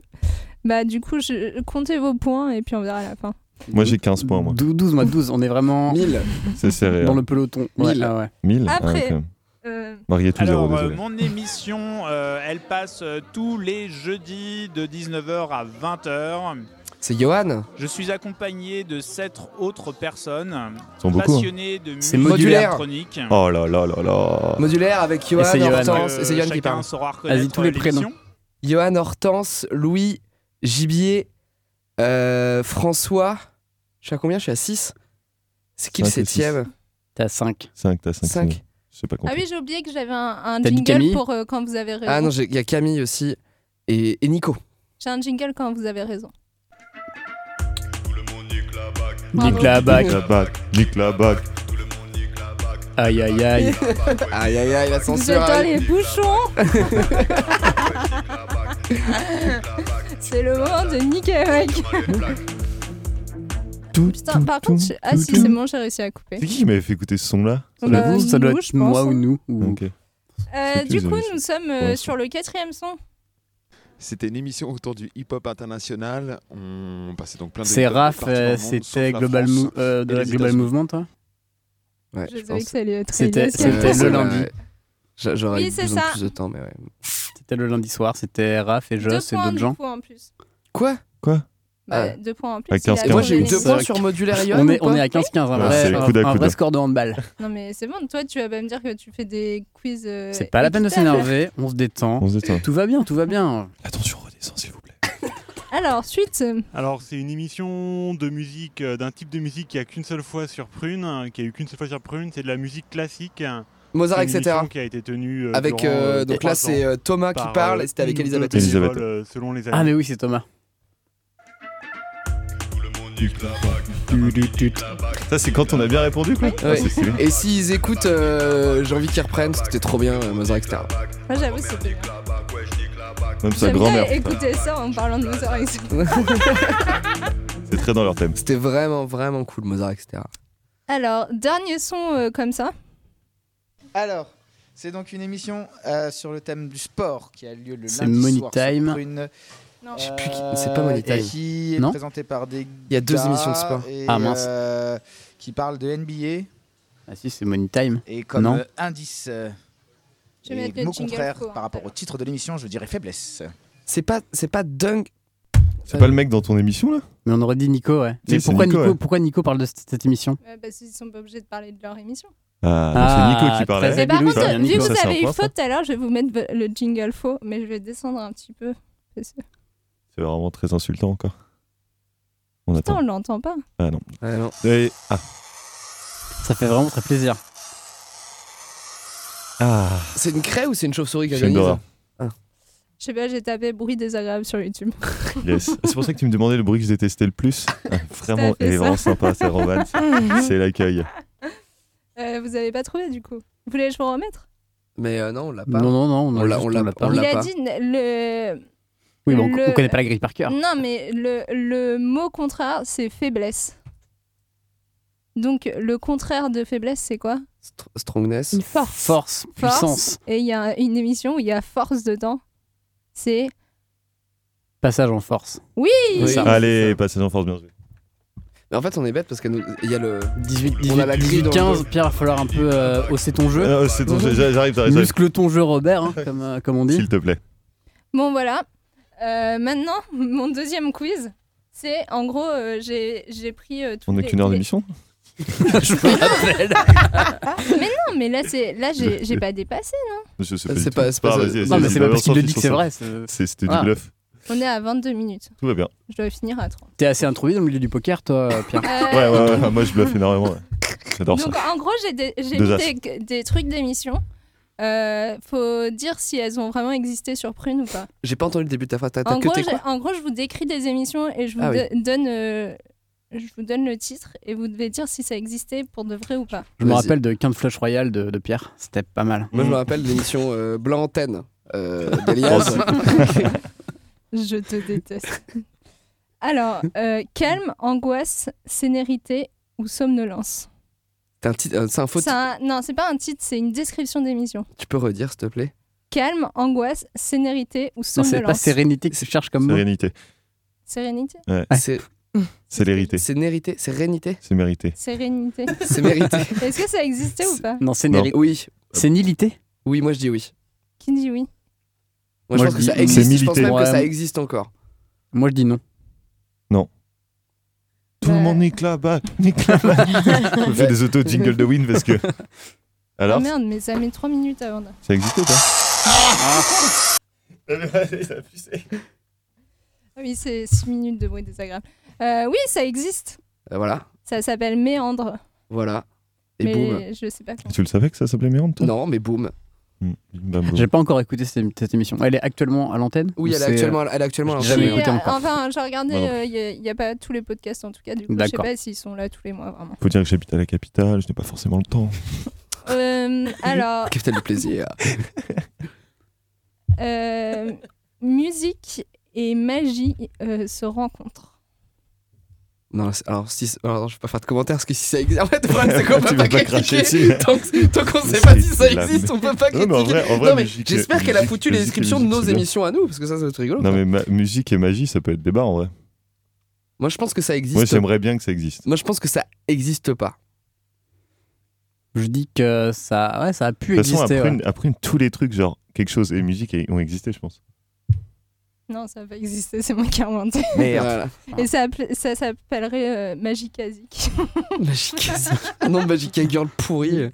S3: Bah, du coup, je... comptez vos points et puis on verra à la fin.
S4: Moi j'ai 15 points moi.
S6: 12, 12 moi 12, on est vraiment
S5: 1000.
S4: C'est serré.
S6: dans
S4: hein.
S6: le peloton. Ouais,
S5: Mille.
S6: ah ouais.
S4: 1000
S3: Après.
S4: quand même.
S3: Euh,
S4: Marié tout zéro
S11: Alors, euh,
S4: désolé.
S11: mon émission, euh, elle passe euh, tous les jeudis de 19h à 20h.
S5: C'est Johan.
S11: Je suis accompagné de sept autres personnes
S4: Ils sont beaucoup. hein.
S11: passionnées de musique
S6: C'est modulaire.
S11: électronique.
S4: Oh là là là là.
S5: Modulaire avec Johan,
S6: c'est Johan.
S5: Hortense.
S11: Euh,
S5: et c'est Johan
S11: chacun
S5: qui parle.
S11: saura reconnaître
S6: tous les
S11: l'émission.
S6: prénoms.
S5: Johan, Hortense, Louis, Gibier, euh, François. Je suis à combien Je suis à 6. C'est qui le
S4: Cinq ou six.
S5: septième
S6: T'as 5.
S4: 5 t'as 5.
S5: 5.
S4: Je sais pas
S3: Ah
S4: compris.
S3: oui, j'ai oublié que j'avais un, un
S6: T'as dit
S3: jingle
S6: Camille
S3: pour euh, quand vous avez raison.
S5: Ah non, j'ai- il y a Camille aussi. Et, et Nico.
S3: J'ai un jingle quand vous avez raison. Bravo.
S6: Nick la bac.
S4: Nique la bague, nique la bague.
S6: Aïe aïe aïe.
S5: Aïe aïe aïe, la
S3: Vous
S5: censure.
S3: êtes dans les bouchons C'est le moment de niquer avec Putain, par contre, je- ah si, c'est bon, j'ai réussi à couper.
S4: C'est qui qui m'avait fait écouter ce son là
S3: Bah,
S6: ça doit
S3: nous,
S6: être
S3: je pense,
S6: moi
S3: hein.
S6: ou nous. ou-
S4: Ok.
S3: Euh,
S4: C'est
S3: du
S4: plus
S3: coup,
S4: émission.
S3: nous sommes euh,
S4: Ouais.
S3: sur le quatrième son.
S8: C'était une émission autour du hip-hop international. On passait donc plein de
S6: C'est
S8: hip-hop
S6: Raph,
S8: partout dans le
S6: euh,
S8: monde, sauf
S6: c'était
S8: la
S6: Global,
S8: France.
S6: Mou- euh, de
S8: et
S6: la
S8: les
S6: Global
S8: États-Unis.
S6: Mouvement, toi
S5: Ouais,
S3: Je
S5: je
S3: savais
S5: pense.
S3: que ça allait être très
S6: C'était-
S3: bien.
S6: c'était
S5: Ouais,
S6: le
S5: ouais,
S6: lundi.
S5: ouais. J'a- J'aurais
S3: Oui,
S5: eu
S3: c'est
S5: besoin de
S3: ça.
S5: plus de temps, mais ouais.
S6: C'était le lundi soir, c'était Raph et
S3: Deux
S6: Joss et
S3: points
S6: d'autres
S3: du
S6: gens.
S3: coup, en plus.
S5: Quoi
S3: Bah,
S5: Ah.
S3: Deux points en plus.
S4: À
S3: il a
S4: 15,
S5: Et moi
S3: donné
S5: j'ai eu
S3: les-
S5: deux
S6: ça-
S5: points sur Modulaire Johan.
S6: On
S5: ou
S6: est, on
S5: pas
S6: est à 15-15, un
S4: Ouais,
S6: vrai,
S4: Ah, c'est
S6: un,
S4: coude à
S6: un vrai
S4: coude.
S6: score de handball.
S3: Non mais c'est bon, toi tu vas pas me dire que tu fais des quiz. euh,
S6: C'est pas la peine de
S3: équitables.
S6: s'énerver, on se détend.
S4: On se détend.
S6: Tout va bien, tout va bien.
S4: Attention redescends s'il vous plaît.
S3: Alors, suite. euh,
S11: Alors c'est une émission de musique, euh, d'un type de musique qui a qu'une seule fois sur Prune, hein, qui a eu qu'une seule fois sur Prune, c'est de la musique classique. hein,
S5: Mozart,
S12: C'est une
S5: etc.
S12: émission qui a été tenue euh,
S5: avec
S12: durant,
S5: euh,
S12: euh,
S5: donc
S12: trois
S5: là c'est
S12: ans
S5: euh, Thomas qui
S12: par,
S5: parle
S12: euh,
S5: et c'était avec
S12: une ou deux
S5: Elisabeth.
S12: bénévoles, euh, selon les années.
S6: Ah, mais oui, c'est Thomas.
S4: Ça, c'est quand on a bien répondu, quoi. Ah,
S5: Ouais.
S4: c'est stylé.
S5: Et s'ils écoutent, euh, j'ai envie qu'ils reprennent, c'était trop bien, euh, Mozart, etc.
S3: Moi, j'avoue, c'était.
S4: Même sa
S3: J'aime
S4: grand-mère.
S3: bien écouter ça en parlant de Mozart, etc.
S4: C'est très dans leur thème.
S5: C'était vraiment, vraiment cool, Mozart, etc.
S3: Alors, dernier son euh, comme ça.
S13: Alors, c'est donc une émission euh, sur le thème du sport qui a lieu le
S6: C'est
S13: lundi
S6: Money
S13: soir sur
S6: Time.
S13: Prune. Non.
S6: Je sais plus qui- c'est pas Money Time.
S13: Qui est
S6: Non
S13: présentée par des
S6: Il y a deux
S13: gars
S6: émissions de sport.
S13: et,
S6: Ah, mince.
S13: euh, qui parle de NBA
S6: Ah si, c'est Money Time.
S13: et comme
S6: non.
S13: euh, indice euh,
S3: Je vais
S13: et
S3: mettre le
S13: mot
S3: jingle
S13: contraire
S3: court,
S13: par rapport au titre de l'émission, je dirais faiblesse.
S5: C'est pas, c'est pas dingue.
S4: C'est pas le mec dans ton émission, là
S6: Mais on aurait dit Nico, ouais.
S4: Si,
S6: Mais
S4: c'est
S6: pourquoi
S4: Nico,
S6: Nico,
S4: ouais.
S6: pourquoi Nico parle de cette, cette émission
S3: Euh, parce qu'ils sont pas obligés de parler de leur émission.
S4: Ah,
S6: Ah,
S4: c'est Nico qui parlait.
S6: très
S3: Par
S6: Bilou,
S3: contre,
S6: il parle de
S3: vu que
S6: Nico.
S3: vous
S4: Ça, c'est
S3: avez eu
S4: sympa,
S3: faute tout à l'heure, je vais vous mettre v- le jingle faux, mais je vais descendre un petit peu. parce que-
S4: C'est vraiment très insultant, encore. On
S3: Putain,
S4: attend.
S3: on l'entend pas.
S4: Ah non.
S5: Euh,
S4: Et- Ah. Ça
S6: fait vraiment très plaisir.
S4: Ah.
S5: C'est une craie ou c'est une chauve-souris qui a
S4: Film
S5: gagné
S4: d'horreur.
S3: Je sais pas, j'ai tapé bruit désagréable sur YouTube.
S4: Yes. Ah, C'est pour ça que tu me demandais le bruit que je détestais le plus. Ah, Vraiment,
S3: Tout à fait
S4: elle est
S3: ça.
S4: vraiment sympa, cette romance. C'est l'accueil.
S3: Euh, vous avez pas trouvé du coup. Vous voulez que je vous remette
S5: Mais euh, non, on l'a pas.
S6: Non, non, non, on a
S5: on l'a,
S6: juste-
S5: on l'a,
S6: on l'a pas.
S5: on
S3: Il
S5: l'a
S3: a
S5: pas.
S3: dit n- le.
S6: Oui, mais on,
S3: Le-
S6: on connaît pas la grille par cœur.
S3: Non, mais le, le mot contraire, c'est faiblesse. Donc, le contraire de faiblesse, c'est quoi
S5: Strongness.
S3: Une force.
S6: Force,
S3: Force.
S6: puissance.
S3: Et il y a une émission où il y a force dedans. C'est.
S6: Passage en force.
S3: Oui,
S5: Oui.
S4: Allez, passez en force, bien joué.
S5: Mais en fait, on est bête parce qu'il y a le.
S6: 18,
S5: on a la
S6: 18,
S5: grille dans le-
S6: 15, Pierre, il va falloir un peu euh, hausser ton jeu.
S4: Euh, c'est ton jeu, j'arrive, j'arrive, j'arrive.
S6: Muscle ton jeu, Robert, hein, comme, euh, comme on dit. S'il
S4: te plaît.
S3: Bon, voilà. Euh, maintenant, mon deuxième quiz, c'est en gros, euh, j'ai j'ai pris. euh, tous
S4: On n'a
S3: les-
S4: qu'une heure
S3: les-
S4: d'émission
S6: Je me rappelle.
S3: Ah, mais non, mais là, c'est- là j'ai j'ai pas dépassé, non
S4: Je sais pas.
S5: Euh, C'est
S4: du
S5: pas-
S4: tout. Ah,
S5: c'est pas-
S4: vas-y, vas-y,
S6: Non, mais
S4: vas-y,
S6: c'est pas
S4: vas-y,
S6: parce
S4: on
S6: qu'il le
S4: s'en
S6: dit
S4: fiche,
S6: que
S4: on
S6: c'est
S4: s'en
S6: vrai,
S4: fiche.
S6: c'est-
S4: C'est- C'était du
S6: Voilà.
S4: bluff.
S3: On est à 22 minutes.
S4: Tout va bien.
S3: Je dois finir à 3.
S6: T'es assez introduit dans le milieu du poker, toi, Pierre.
S3: Euh,
S4: Ouais, ouais, ouais, moi je bluffe énormément. ouais. J'adore ça.
S3: Donc en gros, j'ai des, j'ai
S4: Deux
S3: mis
S4: as.
S3: des, des trucs d'émission. Euh, faut dire si elles ont vraiment existé sur Prune ou pas.
S5: J'ai pas entendu le début de ta phrase. T'as t'as
S3: En gros,
S5: que tes
S3: j'ai-
S5: quoi
S3: en gros, je vous décris des émissions et je vous,
S5: Ah oui.
S3: do- donne, euh, je vous donne le titre et vous devez dire si ça existait pour de vrai ou pas.
S6: Je me
S5: Vas-y.
S6: rappelle de Quinte Flush Royal de, de Pierre. C'était pas mal.
S5: Moi, je me rappelle l'émission euh, Blanc Antenne euh, d'Elias.
S3: Je te déteste. Alors, euh, calme, angoisse, sénérité ou somnolence.
S5: T'as un titre- euh, C'est un faux.
S3: C'est un- non, c'est pas un titre, c'est une description d'émission.
S5: Tu peux redire, s'il te plaît
S3: Calme, angoisse, sénérité ou
S6: Non,
S3: somnolence.
S6: c'est pas sérénité que tu cherches comme mot.
S4: Sérénité.
S3: Sérénité.
S4: Ouais.
S5: C'est
S4: Célérité.
S5: C'est nérité. C'est rénité.
S4: C'est mérité.
S3: Sérénité.
S5: C'est mérité.
S3: Est-ce que ça existait ou pas
S6: Non, c'est
S4: Non.
S6: nérité.
S5: Oui.
S6: Sénilité
S5: Oui, moi je dis oui.
S3: Qui dit oui
S6: Moi,
S5: Moi, je pense
S6: je
S5: que
S6: dis-
S5: ça
S6: c'est
S5: existe. Je pense
S6: milité.
S5: même que
S6: Ouais,
S5: ça
S6: moi-
S5: existe encore.
S6: Moi, je dis non.
S4: Tout le monde nique là-bas, nique là-bas. Je me fais des autos jingle de win parce que.
S3: Ah
S4: Alors,
S3: merde, mais ça met 3 minutes avant. de-
S4: ça existe ou pas
S3: Ah oui, c'est 6 minutes de bruit désagréable. Euh, oui, ça existe.
S5: Euh, Voilà.
S3: Ça s'appelle Méandre.
S5: Voilà. Et
S3: mais
S5: boum.
S3: je sais pas. comment.
S4: Tu le savais que ça s'appelait Méandre, toi
S5: Non, mais boum.
S4: Hmm, bam, boum.
S6: J'ai pas encore écouté cette, cette émission. Elle est actuellement à l'antenne
S5: Oui,
S6: ou
S5: elle est
S6: c'est-
S5: actuellement, elle est actuellement.
S6: Je l'ai jamais
S3: Puis,
S6: écouté
S3: euh,
S6: encore.
S3: Enfin, j'ai regardé,
S4: Moi non
S3: il n'y a, pas tous les podcasts en tout cas, du coup, je sais
S4: D'accord.
S3: pas s'ils sont là tous les mois vraiment.
S4: Faut dire que j'habite à la capitale, je n'ai pas forcément le temps.
S3: Euh, alors,
S5: Capitaine du plaisir.
S3: euh, musique et magie euh, se rencontrent.
S5: Non, c'est- alors, si, alors je vais pas faire de commentaires parce que si ça existe. En fait, le problème, c'est qu'on
S4: Tu
S5: peut
S4: veux
S5: pas
S4: pas cracher
S5: critiquer.
S4: dessus.
S5: Tant que- tant qu'on sait
S4: C'est
S5: pas si ça
S4: de la
S5: existe, on
S4: merde.
S5: peut
S4: Non, mais
S5: pas
S4: en
S5: critiquer.
S4: vrai- euh, en vrai,
S5: Non, mais
S4: musique,
S5: j'espère qu'elle a
S4: musique,
S5: foutu les
S4: musique,
S5: descriptions de
S4: musique,
S5: nos
S4: c'est bien.
S5: émissions à nous parce que ça, c'est un truc rigolo.
S4: Non, mais ma- musique et magie, ça peut être débat en vrai.
S5: Moi, je pense que ça existe.
S4: Moi, j'aimerais bien que ça existe.
S5: Moi, je pense que ça existe pas.
S6: Je dis que ça, ouais, ça a pu
S4: De toute façon,
S6: exister.
S4: après,
S6: ouais.
S4: une- après une- tous les trucs, genre quelque chose et musique et- ont existé, je pense.
S3: Non, ça n'a pas existé, c'est moi qui ai inventé.
S5: Voilà.
S3: Et ça, appel- ça s'appellerait euh, Magie Kazik.
S5: Magica Girl. non, Magica Girl pourri.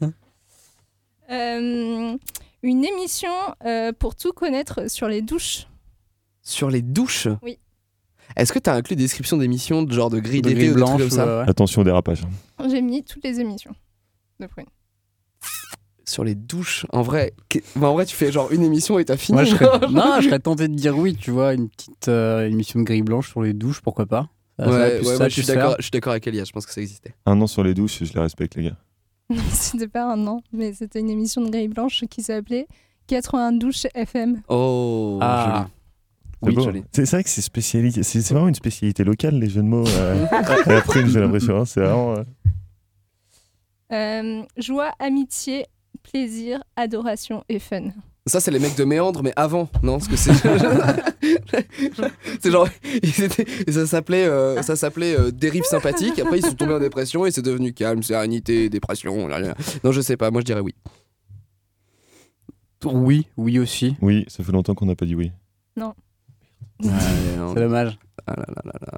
S3: Euh, une émission euh, pour tout connaître sur les douches.
S5: Sur les douches
S3: Oui.
S5: Est-ce que t'as inclus des descriptions d'émissions de genre de grille
S6: De
S5: d'été
S6: grille
S5: ou des trucs
S6: blanche
S5: comme
S6: ou,
S5: ça
S4: hein.
S6: euh, ouais.
S4: Attention au dérapage.
S3: J'ai mis toutes les émissions de Prune.
S5: sur les douches. En vrai, qu'est- bah, en vrai, tu fais genre une émission et t'as fini.
S6: Moi, je
S5: genre.
S6: serais... non, je serais tenté de dire oui, tu vois, une petite euh, émission de grille blanche sur les douches, pourquoi pas. Ça,
S5: Ouais,
S6: ça va plus-
S5: ouais,
S6: ça va
S5: ouais, je
S6: plus
S5: suis
S6: se faire.
S5: d'accord- je suis d'accord avec Elia, je pense que ça existait.
S4: Un an sur les douches, je les respecte, les gars.
S3: c'était pas un an, mais c'était une émission de grille blanche qui s'appelait 92 FM.
S5: Oh,
S6: Ah.
S4: C'est
S6: Oui,
S4: beau.
S6: joli.
S4: C'est c'est vrai que c'est spécialité. C'est c'est vraiment une spécialité locale, les jeux de mots. euh, à la prune, j'ai l'impression. hein, C'est vraiment. euh,
S3: Euh, joie, amitié, plaisir, adoration et fun.
S5: Ça, c'est les mecs de méandre, mais avant, non Parce que c'est. c'est genre. ils étaient- et ça s'appelait, euh, ça s'appelait euh, dérive sympathique. Après, ils sont tombés en dépression et c'est devenu calme, sérénité, dépression. là, là. Non, je sais pas. Moi, je dirais oui.
S6: Oui, oui aussi.
S4: Oui, ça fait longtemps qu'on n'a pas dit oui.
S3: Non.
S6: C'est dommage.
S5: Ah là là là là.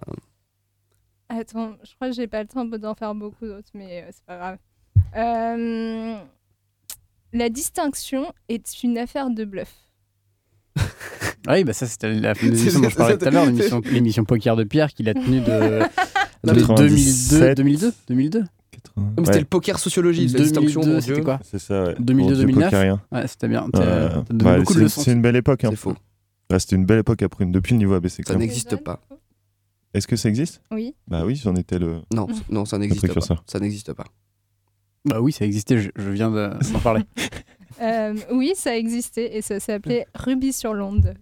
S3: Attends, je crois que j'ai pas le temps d'en faire beaucoup d'autres, mais euh, c'est pas grave. Euh, la distinction est une affaire de bluff.
S6: Ah Oui, bah ça, c'était la l'émission dont je parlais tout à l'heure, l'émission- l'émission Poker de Pierre qu'il a tenue de, de 2002,
S4: 97.
S6: 2002, 2002. Ah,
S5: mais c'était le poker sociologie, la distinction, mon
S6: 2002,
S5: Dieu.
S6: c'était quoi
S4: C'est ça, ouais. Mon Dieu,
S6: 2002-2009
S4: pokerien.
S6: Ouais, c'était bien. T'as
S4: hein. Euh,
S6: t'as donné
S4: bah,
S6: beaucoup de
S4: c'est-
S6: leçons.
S4: C'est une belle époque. hein.
S5: C'est faux.
S4: Ah, c'était une belle époque à prune. Depuis, le niveau a baissé. quand
S5: Ça
S4: même.
S5: n'existe pas.
S4: Est-ce que ça existe
S3: Oui.
S4: Bah oui, j'en étais le.
S5: Non, c- non, ça
S4: le
S5: n'existe pas.
S4: précurseur.
S5: Ça n'existe pas.
S6: Bah oui, ça existait, je, je viens de- d'en parler.
S3: Euh, oui, ça existait et ça s'appelait Ruby sur l'onde.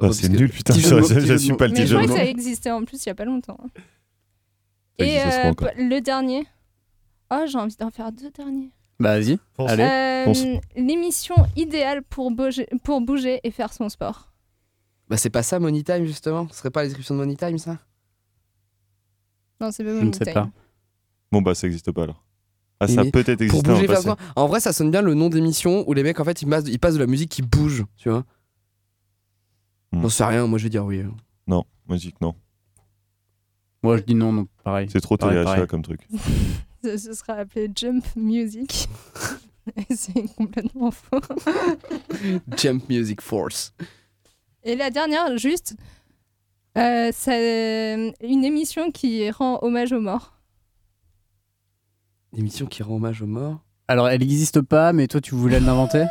S4: Oh, c'est nul, putain.
S5: Petit jeu de mots,
S4: j'assume
S5: petit jeu de mots.
S4: pas le
S3: Mais
S4: petit
S3: je
S4: jeu
S3: crois
S4: de
S3: que
S4: mots.
S3: ça existait en plus il y a pas longtemps. hein.
S4: Ça
S3: Et
S4: existe, ça se
S3: euh,
S4: voit encore.
S3: p- le dernier. Oh, j'ai envie d'en faire deux derniers.
S6: Bah vas-y,
S4: Fonce.
S6: allez.
S3: Euh,
S4: fonce.
S3: L'émission idéale pour bouger, pour bouger et faire son sport.
S5: Bah, c'est pas ça, Money Time, justement. Ce serait pas la description de Money Time, ça
S3: Non, c'est pas
S6: Je
S3: Money
S6: ne sais
S3: Time.
S6: pas.
S4: Bon, bah ça n'existe pas alors. Ah,
S5: Mais-
S4: ça a
S5: mais
S4: peut-être
S5: Pour
S4: existé dans
S5: bouger
S4: le
S5: vers
S4: passé.
S5: soi. En vrai, ça sonne bien le nom d'émission où les mecs, en fait, ils passent, ils passent de la musique qui bouge, tu vois.
S4: Hmm.
S5: J'en sais rien, moi, je vais dire oui. hein.
S4: Non, musique, non.
S6: Moi je dis non, non, pareil.
S4: C'est trop
S6: Pareil,
S4: téléachat
S6: pareil.
S4: comme truc.
S3: Ce, ce sera appelé Jump Music. Et c'est complètement faux.
S5: Jump Music Force.
S3: Et la dernière, juste, euh, c'est une émission qui rend hommage aux morts.
S5: L'émission qui rend hommage aux morts.
S6: Alors elle n'existe pas, mais toi tu voulais l'inventer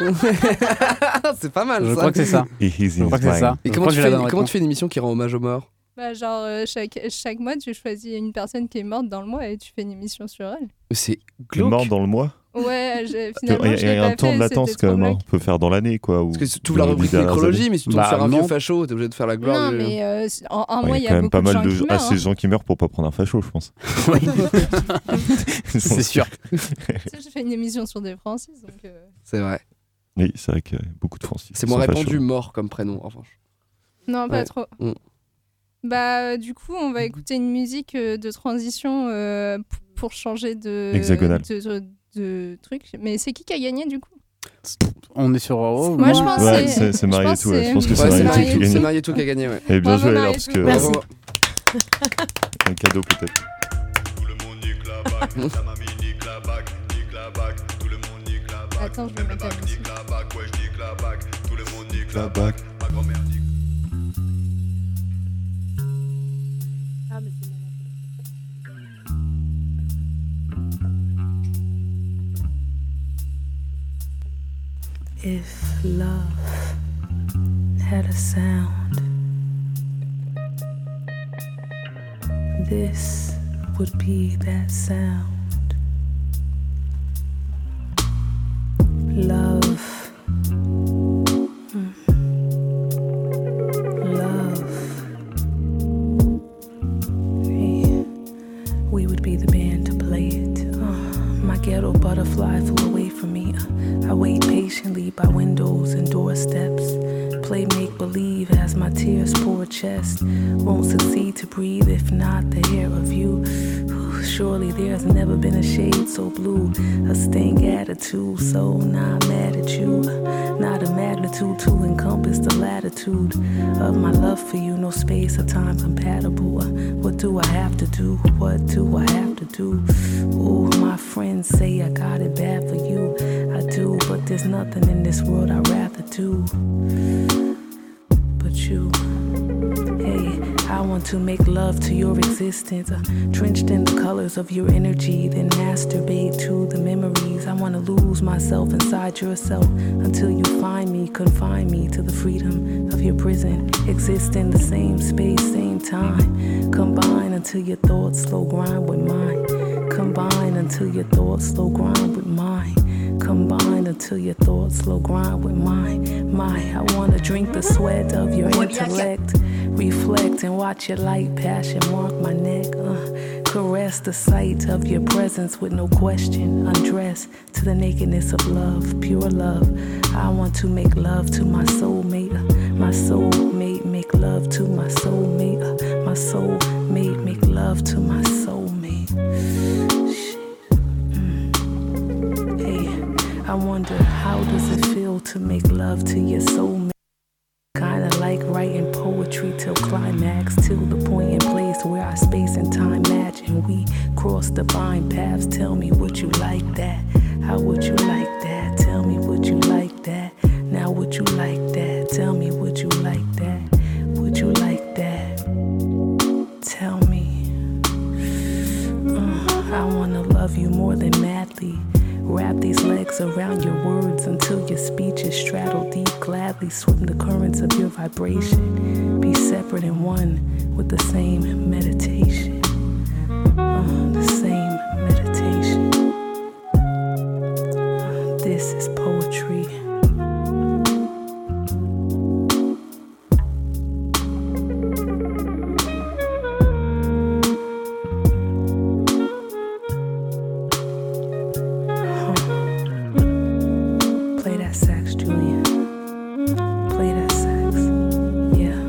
S5: Ah, c'est pas mal,
S6: Je
S5: ça.
S6: crois que c'est ça. Je crois que c'est ça.
S5: Et
S6: Je
S5: comment
S6: crois
S5: tu,
S6: que j'ai la bonne
S5: fais, comment
S6: réponse.
S5: tu fais une émission qui rend hommage aux morts
S3: Bah, genre, euh, chaque, chaque mois, tu choisis une personne qui est morte dans le mois et tu fais une émission sur elle.
S5: C'est
S4: Le
S5: glauque.
S4: mort dans le mois
S3: Ouais, j'ai-
S4: Il
S3: finalement,
S4: y a,
S3: je
S4: il y a
S3: l'ai
S4: un
S3: pas
S4: temps
S3: fait,
S4: de latence
S3: c'était
S4: quand
S3: trop
S4: même. hein.
S3: glauque.
S4: On peut faire dans l'année quoi. Ou
S5: Parce que tu ouvres la rubrique
S4: hein,
S5: nécrologie, mais si tu tombes
S6: Bah,
S5: sur un
S6: non.
S5: vieux facho, t'es obligé de faire la
S3: Non,
S5: gloire. du-
S3: mais euh, c'est- en un
S4: Il
S3: mois,
S4: y a quand même
S3: beaucoup
S4: pas
S3: de
S4: mal
S3: gens
S4: de
S3: qui meurent.
S4: assez de
S3: hein.
S4: gens qui meurent pour pas prendre un facho, je pense.
S6: C'est sûr.
S3: Tu sais, J'ai fait une émission sur des Français, donc... euh,
S5: C'est vrai.
S4: Oui, c'est vrai qu'il y a beaucoup de Français.
S5: C'est
S4: qui
S5: moins
S4: sont
S5: répandu
S4: fachos.
S5: mort comme prénom, en revanche.
S3: Non, pas
S5: Ouais.
S3: trop.
S5: Mm.
S3: Bah, euh, du coup, on va écouter une musique euh, de transition euh, p- pour changer de,
S4: Hexagonale.
S3: de, de- de truc. Mais c'est qui qui a gagné du coup
S6: On est sur... oh,
S3: Moi, je pense que
S4: Ouais,
S3: Ah, c'est-
S4: c'est c'est
S3: je pense
S4: Marietou, ouais.
S3: c'est-
S4: Je pense que
S3: Ouais,
S4: c'est Marietou
S5: c'est
S4: qui
S5: Marietou- c'est
S4: gagne.
S5: Marietou qui a gagné, ouais.
S4: Et bien
S3: Bravo,
S4: joué alors,
S3: Marietou.
S4: parce que
S5: Merci.
S4: un cadeau peut-être.
S3: Attends, je vais mettre la musique.
S14: If love had a sound, this would be that sound. Love. Mm. Love. Hey, we would be the band to play it. Uh, my ghetto butterfly flew away from me. Uh, I wait patiently by windows and doorsteps. Play make believe as my tears pour chest. Won't succeed to breathe if not the hair of you. Surely there's never been a shade so blue. A sting attitude, so not mad at you. Not a magnitude to encompass the latitude of my love for you. No space or time compatible. Uh, What do I have to do? What do I have to do? Ooh, my friends say I got it bad for you. I do, but there's nothing in this world I'd rather do but you. Hey, I want to make love to your existence. Uh, Drenched in the colors of your energy, then masturbate to the memories. I want to lose myself inside yourself until you find me, confine me to the freedom of your prison. Exist in the same space, same time. Combine until your thoughts slow grind with mine. Combine until your thoughts slow grind with mine. Combine until your thoughts slow grind with mine. My, I wanna drink the sweat of your intellect. Reflect and watch your light passion mark my neck. Uh, caress the sight of your presence with no question. Undress to the nakedness of love, pure love. I want to make love to my soulmate. Uh, my soulmate, make love to my soulmate. Uh, my soulmate, make love to my soulmate. Shit. Mm. Hey, I wonder how does it feel to make love to your soulmate? Kinda like writing poetry till climax, till the point and place where our space and time match and we cross divine paths. Tell me, would you like that? How would you like that? Tell me, would you like that? Now, would you like that? Tell me, would you like that? Would you like that? Tell me. Mm, I wanna love you more than madly. Wrap these legs around your words until your speech is straddled deep. Gladly swim the currents of your vibration. Be separate and one with the same meditation. Mm, the same meditation. Uh, This is poetry. Play that sax, Julia. Play that sax. Yeah.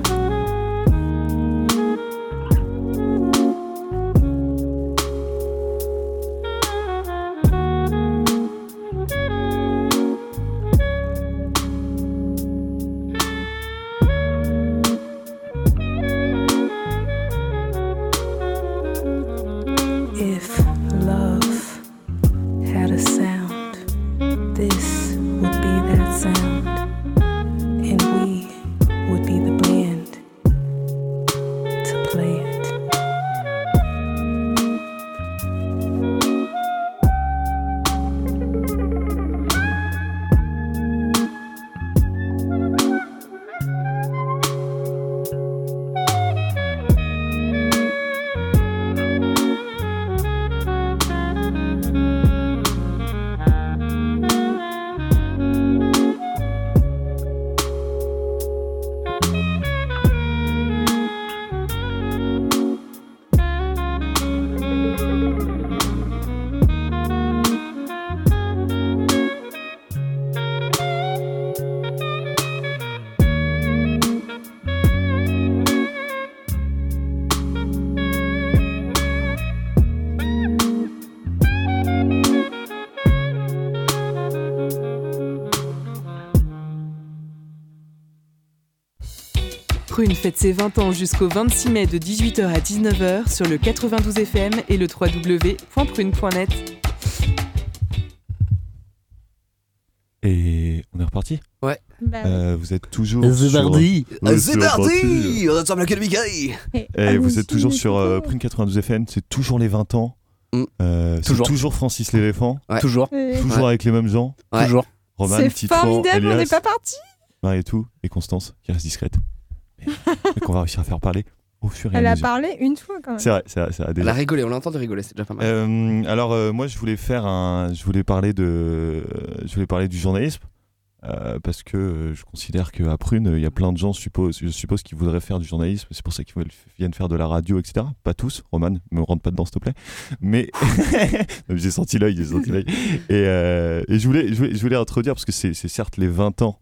S14: If love had a sound, this would be that sound, and we would be the band to play it.
S1: Prune fête ses 20 ans jusqu'au 26 mai de 18h à 19h sur le 92fm et le www.prune.net.
S4: Et on est reparti
S5: Ouais.
S3: Bah
S5: Euh,
S4: Euh, vous êtes toujours.
S10: C'est
S4: sur-
S10: parti
S4: Ouais,
S5: C'est parti
S4: parti.
S5: On ensemble la Mickey
S3: Ah,
S4: Et Eh, vous êtes toujours sur euh, Prune 92 FM, c'est toujours les 20 ans. Euh, c'est toujours.
S10: Toujours.
S4: Francis l'éléphant.
S10: Ouais. Toujours.
S3: Ouais.
S4: Toujours
S10: Ouais.
S4: avec les mêmes gens.
S10: Ouais. Toujours.
S4: Roman,
S3: C'est
S4: Titefan,
S3: formidable, on
S4: Elias,
S3: n'est pas parti.
S4: Marietou et Constance qui reste discrète. Mais, mais qu'on va réussir à faire parler au fur et
S3: Elle
S4: à
S3: a
S4: mesure.
S3: parlé une fois quand même.
S4: C'est vrai, c'est vrai, c'est vrai,
S5: Elle
S4: déjà.
S5: a rigolé, on l'a entendu rigoler, c'est déjà pas mal.
S4: Euh, alors euh, moi je voulais faire un, je voulais parler de, je voulais parler du journalisme euh, parce que euh, je considère qu'à Prune euh, il y a plein de gens, je suppose, je suppose qui voudraient faire du journalisme, c'est pour ça qu'ils veulent- viennent faire de la radio, etc. Pas tous, Roman, me rentre pas dedans s'il te plaît. Mais j'ai senti l'œil, j'ai senti l'œil. Et, euh, et je voulais, je voulais, je voulais introduire parce que c'est c'est certes les 20 ans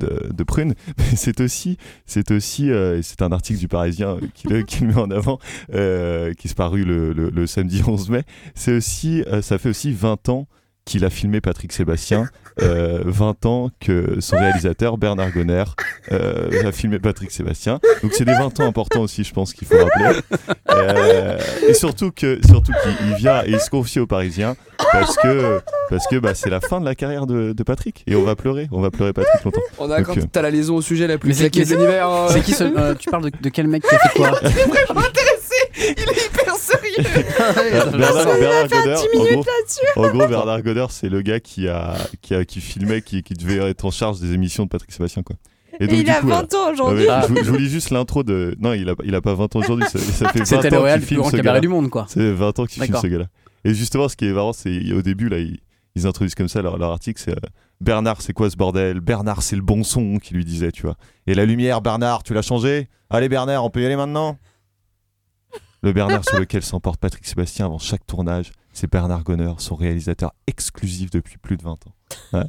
S4: de, de Prune, mais c'est aussi, c'est aussi, euh, et c'est un article du Parisien euh, qui le, qui le met en avant, euh, qui se parut le, le- le samedi 11 mai. C'est aussi, euh, ça fait aussi 20 ans qu'il a filmé Patrick Sébastien, euh, 20 ans que son réalisateur Bernard Gonner euh, a filmé Patrick Sébastien. Donc c'est des 20 ans importants aussi, je pense qu'il faut rappeler. Euh, et surtout que surtout qu'il il vient et il se confie aux Parisiens parce que parce que bah, c'est la fin de la carrière de, de Patrick et on va pleurer, on va pleurer Patrick longtemps.
S5: On a
S4: Donc,
S5: quand
S4: euh,
S5: t'as la liaison au sujet la plus
S4: Mais c'est
S5: claquée
S4: qui-
S5: de l'univers. hein.
S6: C'est qui ce- euh, Tu parles de, de quel mec qui a fait quoi
S4: Bernard-
S6: Bernard,
S4: Bernard
S6: on va faire
S4: Godard,
S6: 10
S4: en
S6: minutes
S4: gros- En gros, Bernard Godard, c'est le gars qui, a, qui, a, qui filmait, qui, qui devait être en charge des émissions de Patrick Sébastien. Quoi.
S3: Et il a 20 ans aujourd'hui.
S4: euh,
S6: Ah.
S4: ouais, je, vous- je vous lis juste l'intro de. Non, il a, il a pas 20 ans aujourd'hui. Ça, ça fait 20
S6: C'était
S4: ans
S6: L'Oréal,
S4: qu'il
S6: le
S4: filme
S6: plus grand
S4: ce
S6: cabaret
S4: gars
S6: du monde, quoi.
S4: C'est 20 ans qu'il filme
S6: D'accord.
S4: ce gars-là. Et justement, ce qui est marrant, c'est au début, là, ils, ils introduisent comme ça leur, leur article c'est euh, Bernard, c'est quoi ce bordel Bernard, c'est le bon son qui lui disait, tu vois. Et la lumière, Bernard, tu l'as changé Allez, Bernard, on peut y aller maintenant le Bernard sur lequel s'emporte Patrick Sébastien avant chaque tournage, c'est Bernard Gonner, son réalisateur exclusif depuis plus de 20 ans. Voilà.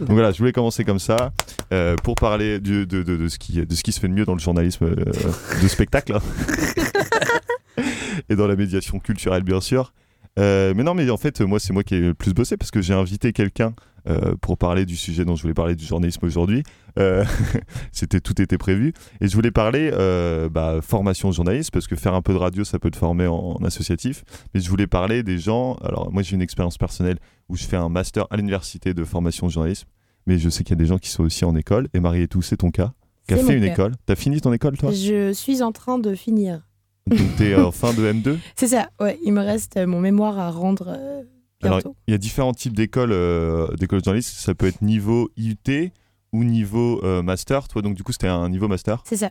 S4: Donc voilà, je voulais commencer comme ça euh, pour parler du- de, de- de ce qui, de ce qui se fait de mieux dans le journalisme euh, de spectacle hein. et dans la médiation culturelle, bien sûr. Euh, mais non, mais en fait, moi, c'est moi qui ai le plus bossé parce que j'ai invité quelqu'un euh, pour parler du sujet dont je voulais parler du journalisme aujourd'hui. Euh, c'était tout était prévu et je voulais parler euh, bah, formation journaliste parce que faire un peu de radio, ça peut te former en, en associatif. Mais je voulais parler des gens. Alors moi, j'ai une expérience personnelle où je fais un master à l'université de formation journalisme, mais je sais qu'il y a des gens qui sont aussi en école. Et Marie et tout, c'est ton cas. Qui a
S7: C'est
S4: fait
S7: mon
S4: une
S7: cas.
S4: école. T'as fini ton école, toi
S7: Je suis en train de finir.
S4: Donc t'es en fin de M2
S7: C'est ça, ouais, il me reste euh, mon mémoire à rendre. euh,
S4: Alors, il y a différents types d'écoles euh, d'écoles de journalistes. Ça peut être niveau IUT ou niveau euh, master. Toi, donc, du coup, c'était un niveau master
S7: C'est ça.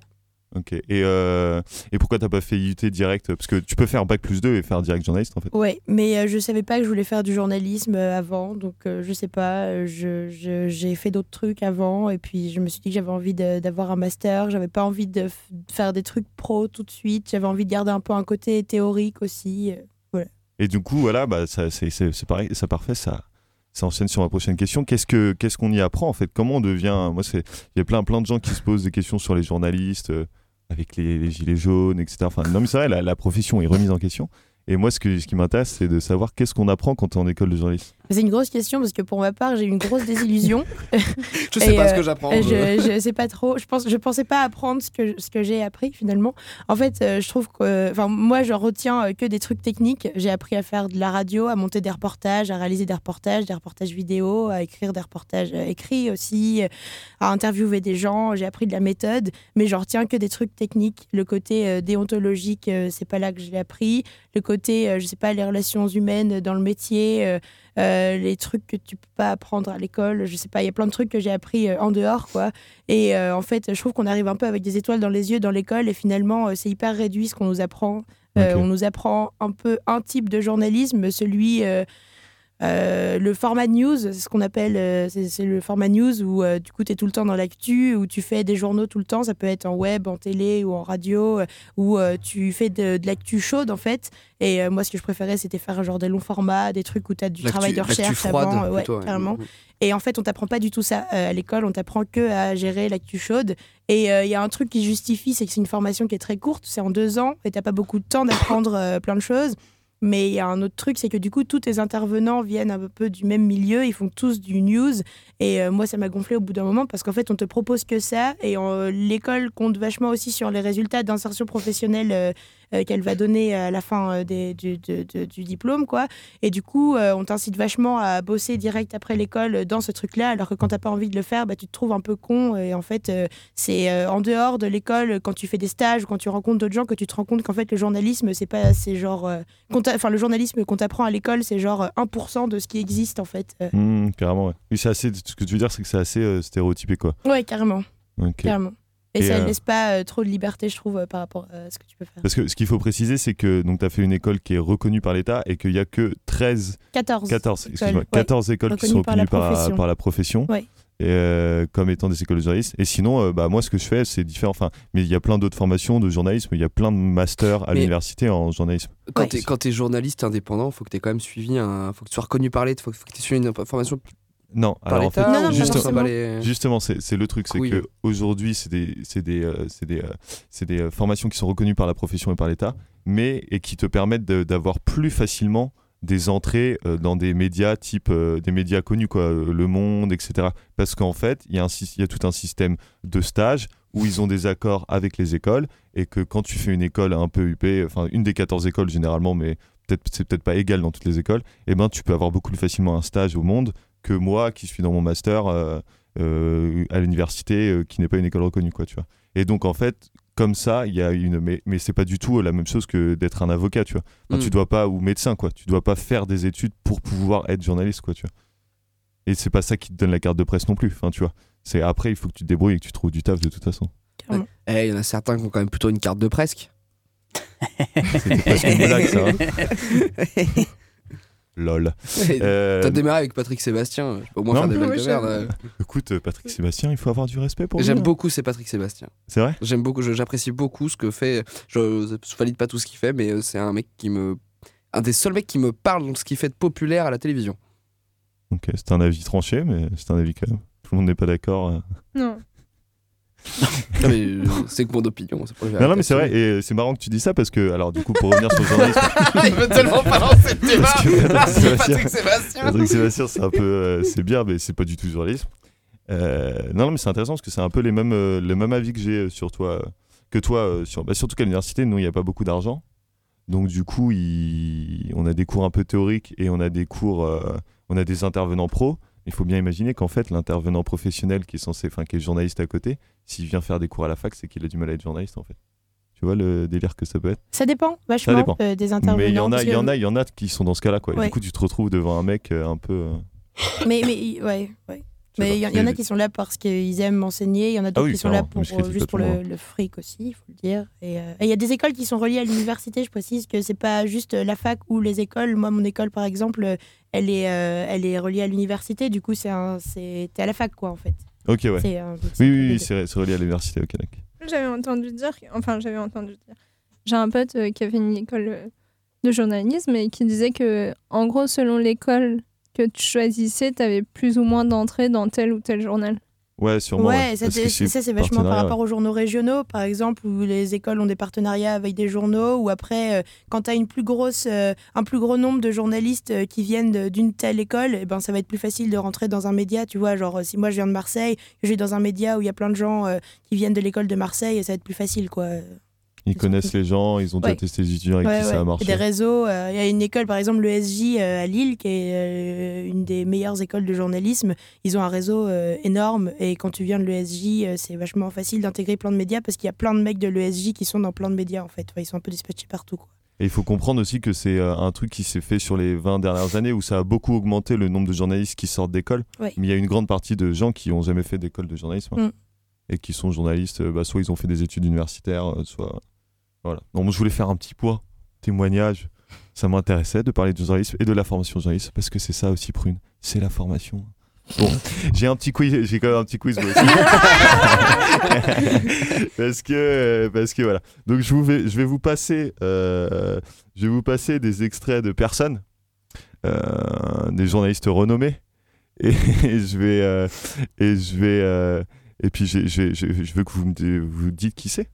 S4: Ok. Et, euh, et pourquoi t'as pas fait IUT direct Parce que tu peux faire bac plus 2 et faire direct journaliste, en fait.
S7: Ouais, mais euh, je savais pas que je voulais faire du journalisme euh, avant, donc euh, je sais pas, euh, je- je- j'ai fait d'autres trucs avant, et puis je me suis dit que j'avais envie de- d'avoir un master, j'avais pas envie de f- faire des trucs pro tout de suite, j'avais envie de garder un peu un côté théorique aussi. euh, voilà.
S4: Et du coup, voilà, bah, ça, c'est, c'est- c'est pareil, ça parfait, ça, ça enchaîne sur ma prochaine question. Qu'est-ce, que, qu'est-ce qu'on y apprend en fait Comment on devient Moi, c'est, il y a plein, plein de gens qui se posent des questions sur les journalistes, euh, avec les, les gilets jaunes, etc. Enfin, non, mais c'est vrai, la, la profession est remise en question. Et moi, ce, que, ce qui m'intéresse, c'est de savoir qu'est-ce qu'on apprend quand on est en école de journaliste.
S7: C'est une grosse question parce que pour ma part, j'ai eu une grosse désillusion.
S4: Je sais
S7: Et,
S4: pas ce que j'apprends, euh.
S7: Je,
S4: je-
S7: je sais pas trop. Je pense, je pensais pas apprendre ce que, ce que j'ai appris finalement. En fait, euh, je trouve que, euh, enfin, moi, je retiens euh, que des trucs techniques. J'ai appris à faire de la radio, à monter des reportages, à réaliser des reportages, des reportages vidéo, à écrire des reportages euh, écrits aussi, euh, à interviewer des gens. J'ai appris de la méthode, mais je retiens que des trucs techniques. Le côté euh, déontologique, euh, c'est pas là que je l'ai appris. Le côté, euh, je sais pas, les relations humaines dans le métier. euh, euh, les trucs que tu peux pas apprendre à l'école, je sais pas, il y a plein de trucs que j'ai appris euh, en dehors quoi. Et euh, en fait, je trouve qu'on arrive un peu avec des étoiles dans les yeux dans l'école et finalement euh, c'est hyper réduit ce qu'on nous apprend. Euh,
S15: Ok.
S7: On nous apprend un peu un type de journalisme, celui euh, euh, le format news, c'est ce qu'on appelle, euh, c'est c'est le format news où euh, du coup tu es tout le temps dans l'actu, où tu fais des journaux tout le temps, ça peut être en web, en télé ou en radio, euh, où euh, tu fais de, de l'actu chaude en fait. Et euh, moi ce que je préférais c'était faire genre des longs formats, des trucs où tu as du
S5: L'actu-
S7: travail de
S5: l'actu
S7: recherche
S5: froide,
S7: avant, euh, ouais,
S5: plutôt, ouais.
S7: carrément.
S5: Mhm.
S7: Et en fait, on t'apprend pas du tout ça euh, à l'école, on t'apprend que à gérer l'actu chaude. Et euh, il y a un truc qui justifie, c'est que c'est une formation qui est très courte, c'est en deux ans, et t'as pas beaucoup de temps d'apprendre euh, plein de choses. Mais il y a un autre truc, c'est que du coup, tous tes intervenants viennent un peu du même milieu, ils font tous du news. Et euh, moi, ça m'a gonflé au bout d'un moment parce qu'en fait, on te propose que ça. Et euh, l'école compte vachement aussi sur les résultats d'insertion professionnelle euh, euh, qu'elle va donner à la fin euh, des- du, de- de- du diplôme. quoi. Et du coup, euh, on t'incite vachement à bosser direct après l'école euh, dans ce truc-là, alors que quand t'as pas envie de le faire, bah, tu te trouves un peu con. Et en fait, euh, c'est euh, en dehors de l'école, quand tu fais des stages, quand tu rencontres d'autres gens, que tu te rends compte qu'en fait, le journalisme, c'est pas. C'est genre. euh, qu'on t'a- Enfin, le journalisme qu'on t'apprend à l'école, c'est genre euh, 1% de ce qui existe, en fait. Euh,
S4: Mmh, carrément, ouais. Oui, c'est assez, ce que tu veux dire, c'est que c'est assez euh, stéréotypé, quoi.
S7: Ouais, carrément.
S4: Ok.
S7: Clairement. Et,
S4: Et,
S7: ça
S4: euh,
S7: ne laisse pas euh, trop de liberté, je trouve, euh, par rapport euh, à ce que tu peux faire.
S4: Parce que ce qu'il faut préciser, c'est que tu as fait une école qui est reconnue par l'État et qu'il n'y a que 13,
S7: 14
S4: 14,
S7: écoles,
S4: excuse-moi,
S7: ouais.
S4: 14 écoles qui
S7: Reconnues
S4: sont
S7: par la
S4: reconnues par,
S7: profession.
S4: par la profession
S7: Ouais.
S4: et, euh, comme étant des écoles de journalistes. Et sinon, euh, bah, moi, ce que je fais, c'est différent. Enfin, mais il y a plein d'autres formations de journalisme, il y a plein de masters à
S5: Mais-
S4: l'université en journalisme.
S5: Quand t'es- quand t'es journaliste indépendant, faut que t'aies quand même suivi un. Faut que tu sois reconnu par l'État, faut, faut que tu suivi une formation.
S4: Non,
S5: par
S4: alors en fait,
S5: l'État, ou juste-
S4: justement,
S5: on s'en bat les-
S4: justement, c'est c'est le truc, c'est
S5: Couille.
S4: que aujourd'hui, c'est des, c'est des, euh, c'est des, euh, c'est des euh, formations qui sont reconnues par la profession et par l'État, mais et qui te permettent de- d'avoir plus facilement des entrées euh, dans des médias type euh, des médias connus quoi, euh, Le Monde, etc. Parce qu'en fait, il y, a un sy- il y a tout un système de stages où ils ont des accords avec les écoles et que quand tu fais une école un peu huppée, enfin une des 14 écoles généralement, mais peut-être c'est peut-être pas égal dans toutes les écoles, et ben tu peux avoir beaucoup plus facilement un stage au Monde que moi qui suis dans mon master euh, euh, à l'université euh, qui n'est pas une école reconnue quoi, tu vois. Et donc en fait comme ça, il y a une mais, mais c'est pas du tout euh, la même chose que d'être un avocat, tu vois. Enfin,
S5: Mm.
S4: Tu dois pas ou médecin quoi, tu dois pas faire des études pour pouvoir être journaliste quoi, tu vois. Et c'est pas ça qui te donne la carte de presse non plus, enfin tu vois. C'est après il faut que tu te débrouilles et que tu trouves du taf de toute façon.
S5: Eh, il y en a certains qui ont quand même plutôt une carte de presque.
S4: C'était presque une blague, ça, hein. Lol. Euh,
S5: T'as démarré avec Patrick Sébastien, je peux au moins
S4: non,
S5: faire des
S4: mais-
S5: blagues de merde. euh.
S4: Écoute, euh, Patrick Sébastien, il faut avoir du respect pour lui.
S5: J'aime
S4: hein.
S5: beaucoup c'est Patrick Sébastien.
S4: C'est vrai
S5: J'aime beaucoup, je- j'apprécie beaucoup ce que fait. Je, je valide pas tout ce qu'il fait, mais euh, c'est un mec qui me, un des seuls mecs qui me parle de ce qu'il fait de populaire à la télévision.
S4: Ok, c'est un avis tranché, mais c'est un avis quand même. Tout le monde n'est pas d'accord. euh.
S3: Non.
S5: Non, mais, euh, c'est que mon opinion. c'est pour le
S4: Non, non, mais c'est vrai, et euh, c'est marrant que tu dis ça parce que, alors, du coup, pour revenir sur le journalisme.
S5: Il veut tellement pas lancer le débat.
S4: Parce que euh,
S5: Patrick Sébastien.
S4: Patrick Sébastien, c'est un peu. euh, c'est bien, mais c'est pas du tout journalisme. Euh, non, non, mais c'est intéressant parce que c'est un peu les mêmes, euh, les mêmes avis que j'ai euh, sur toi. euh, que toi, euh, sur, bah, surtout qu'à l'université, nous, il n'y a pas beaucoup d'argent. Donc, du coup, il- on a des cours un peu théoriques et on a des cours. euh, on a des intervenants pros. Il faut bien imaginer qu'en fait, l'intervenant professionnel qui est censé. enfin, qui est journaliste à côté, s'il vient faire des cours à la fac, c'est qu'il a du mal à être journaliste, en fait. Tu vois le délire que ça peut être
S7: Ça dépend vachement
S4: ça dépend.
S7: euh, des intervenants.
S4: Mais il y en a,
S7: parce
S4: il y
S7: que-
S4: en a, il y en a qui sont dans ce cas-là, quoi. Et
S7: Ouais.
S4: Du coup, tu te retrouves devant un mec euh, un peu. euh,
S7: Mais, mais y- ouais, ouais. Mais il y, en- il y en a qui sont là parce qu'ils aiment enseigner, il y en a d'autres
S4: Ah oui,
S7: qui sont là
S4: clairement,
S7: pour,
S4: je critique
S7: euh,
S4: pas
S7: juste
S4: tout
S7: pour
S4: le
S7: le,
S4: monde.
S7: le fric aussi, il faut le dire. Et euh, et il y a des écoles qui sont reliées à l'université, je précise que c'est pas juste euh, la fac ou les écoles. Moi, mon école, par exemple, euh, elle est, euh, elle est reliée à l'université, du coup, c'est un- c'est- t'es à la fac, quoi, en fait.
S4: Ok, ouais.
S7: C'est un-
S4: oui, oui, oui, c'est c'est relié à l'université, ok, d'accord.
S3: J'avais entendu dire, enfin j'avais entendu dire, j'ai un pote euh, qui avait une école euh, de journalisme et qui disait que en gros selon l'école que tu choisissais, tu avais plus ou moins d'entrées dans tel ou tel journal.
S4: Ouais, sûrement.
S7: ouais, ça
S4: parce
S7: c'est
S4: que
S7: ça, c'est vachement par
S4: partenariat,
S7: rapport aux journaux régionaux, par exemple, où les écoles ont des partenariats avec des journaux, ou après, euh, quand tu as une plus grosse, euh, un plus gros nombre de journalistes euh, qui viennent de- d'une telle école, eh ben, ça va être plus facile de rentrer dans un média, tu vois, genre euh, si moi je viens de Marseille, je vais dans un média où il y a plein de gens euh, qui viennent de l'école de Marseille, et ça va être plus facile, quoi.
S4: Ils connaissent les gens, ils ont
S7: Ouais.
S4: déjà testé les étudiants avec
S7: Ouais,
S4: qui
S7: ouais.
S4: ça a marché.
S7: Des réseaux. euh, Il y a une école, par exemple, l'ESJ euh, à Lille, qui est euh, une des meilleures écoles de journalisme. Ils ont un réseau euh, énorme. Et quand tu viens de l'ESJ, euh, c'est vachement facile d'intégrer plein de médias parce qu'il y a plein de mecs de l'ESJ qui sont dans plein de médias, en fait. Enfin, ils sont un peu dispatchés partout. quoi.
S4: Et il faut comprendre aussi que c'est euh, un truc qui s'est fait sur les 20 dernières années où ça a beaucoup augmenté le nombre de journalistes qui sortent d'école.
S7: Ouais.
S4: Mais il y a une grande partie de gens qui n'ont jamais fait d'école de journalisme hein, et qui sont journalistes. euh, bah, soit ils ont fait des études universitaires, euh, soit. Voilà. Non, moi, je voulais faire un petit poids, témoignage. Ça m'intéressait de parler du journalisme et de la formation journaliste parce que c'est ça aussi, Prune. C'est la formation. Bon, j'ai un petit quiz, j'ai quand même un petit quiz. moi aussi. parce que, euh, parce que voilà. Donc je vous vais, je vais vous passer, euh, je vais vous passer des extraits de personnes, euh, des journalistes renommés, et, je vais, euh, et je vais, euh, et puis j'ai- j'ai- j'ai- je veux que vous me di- vous dites qui c'est.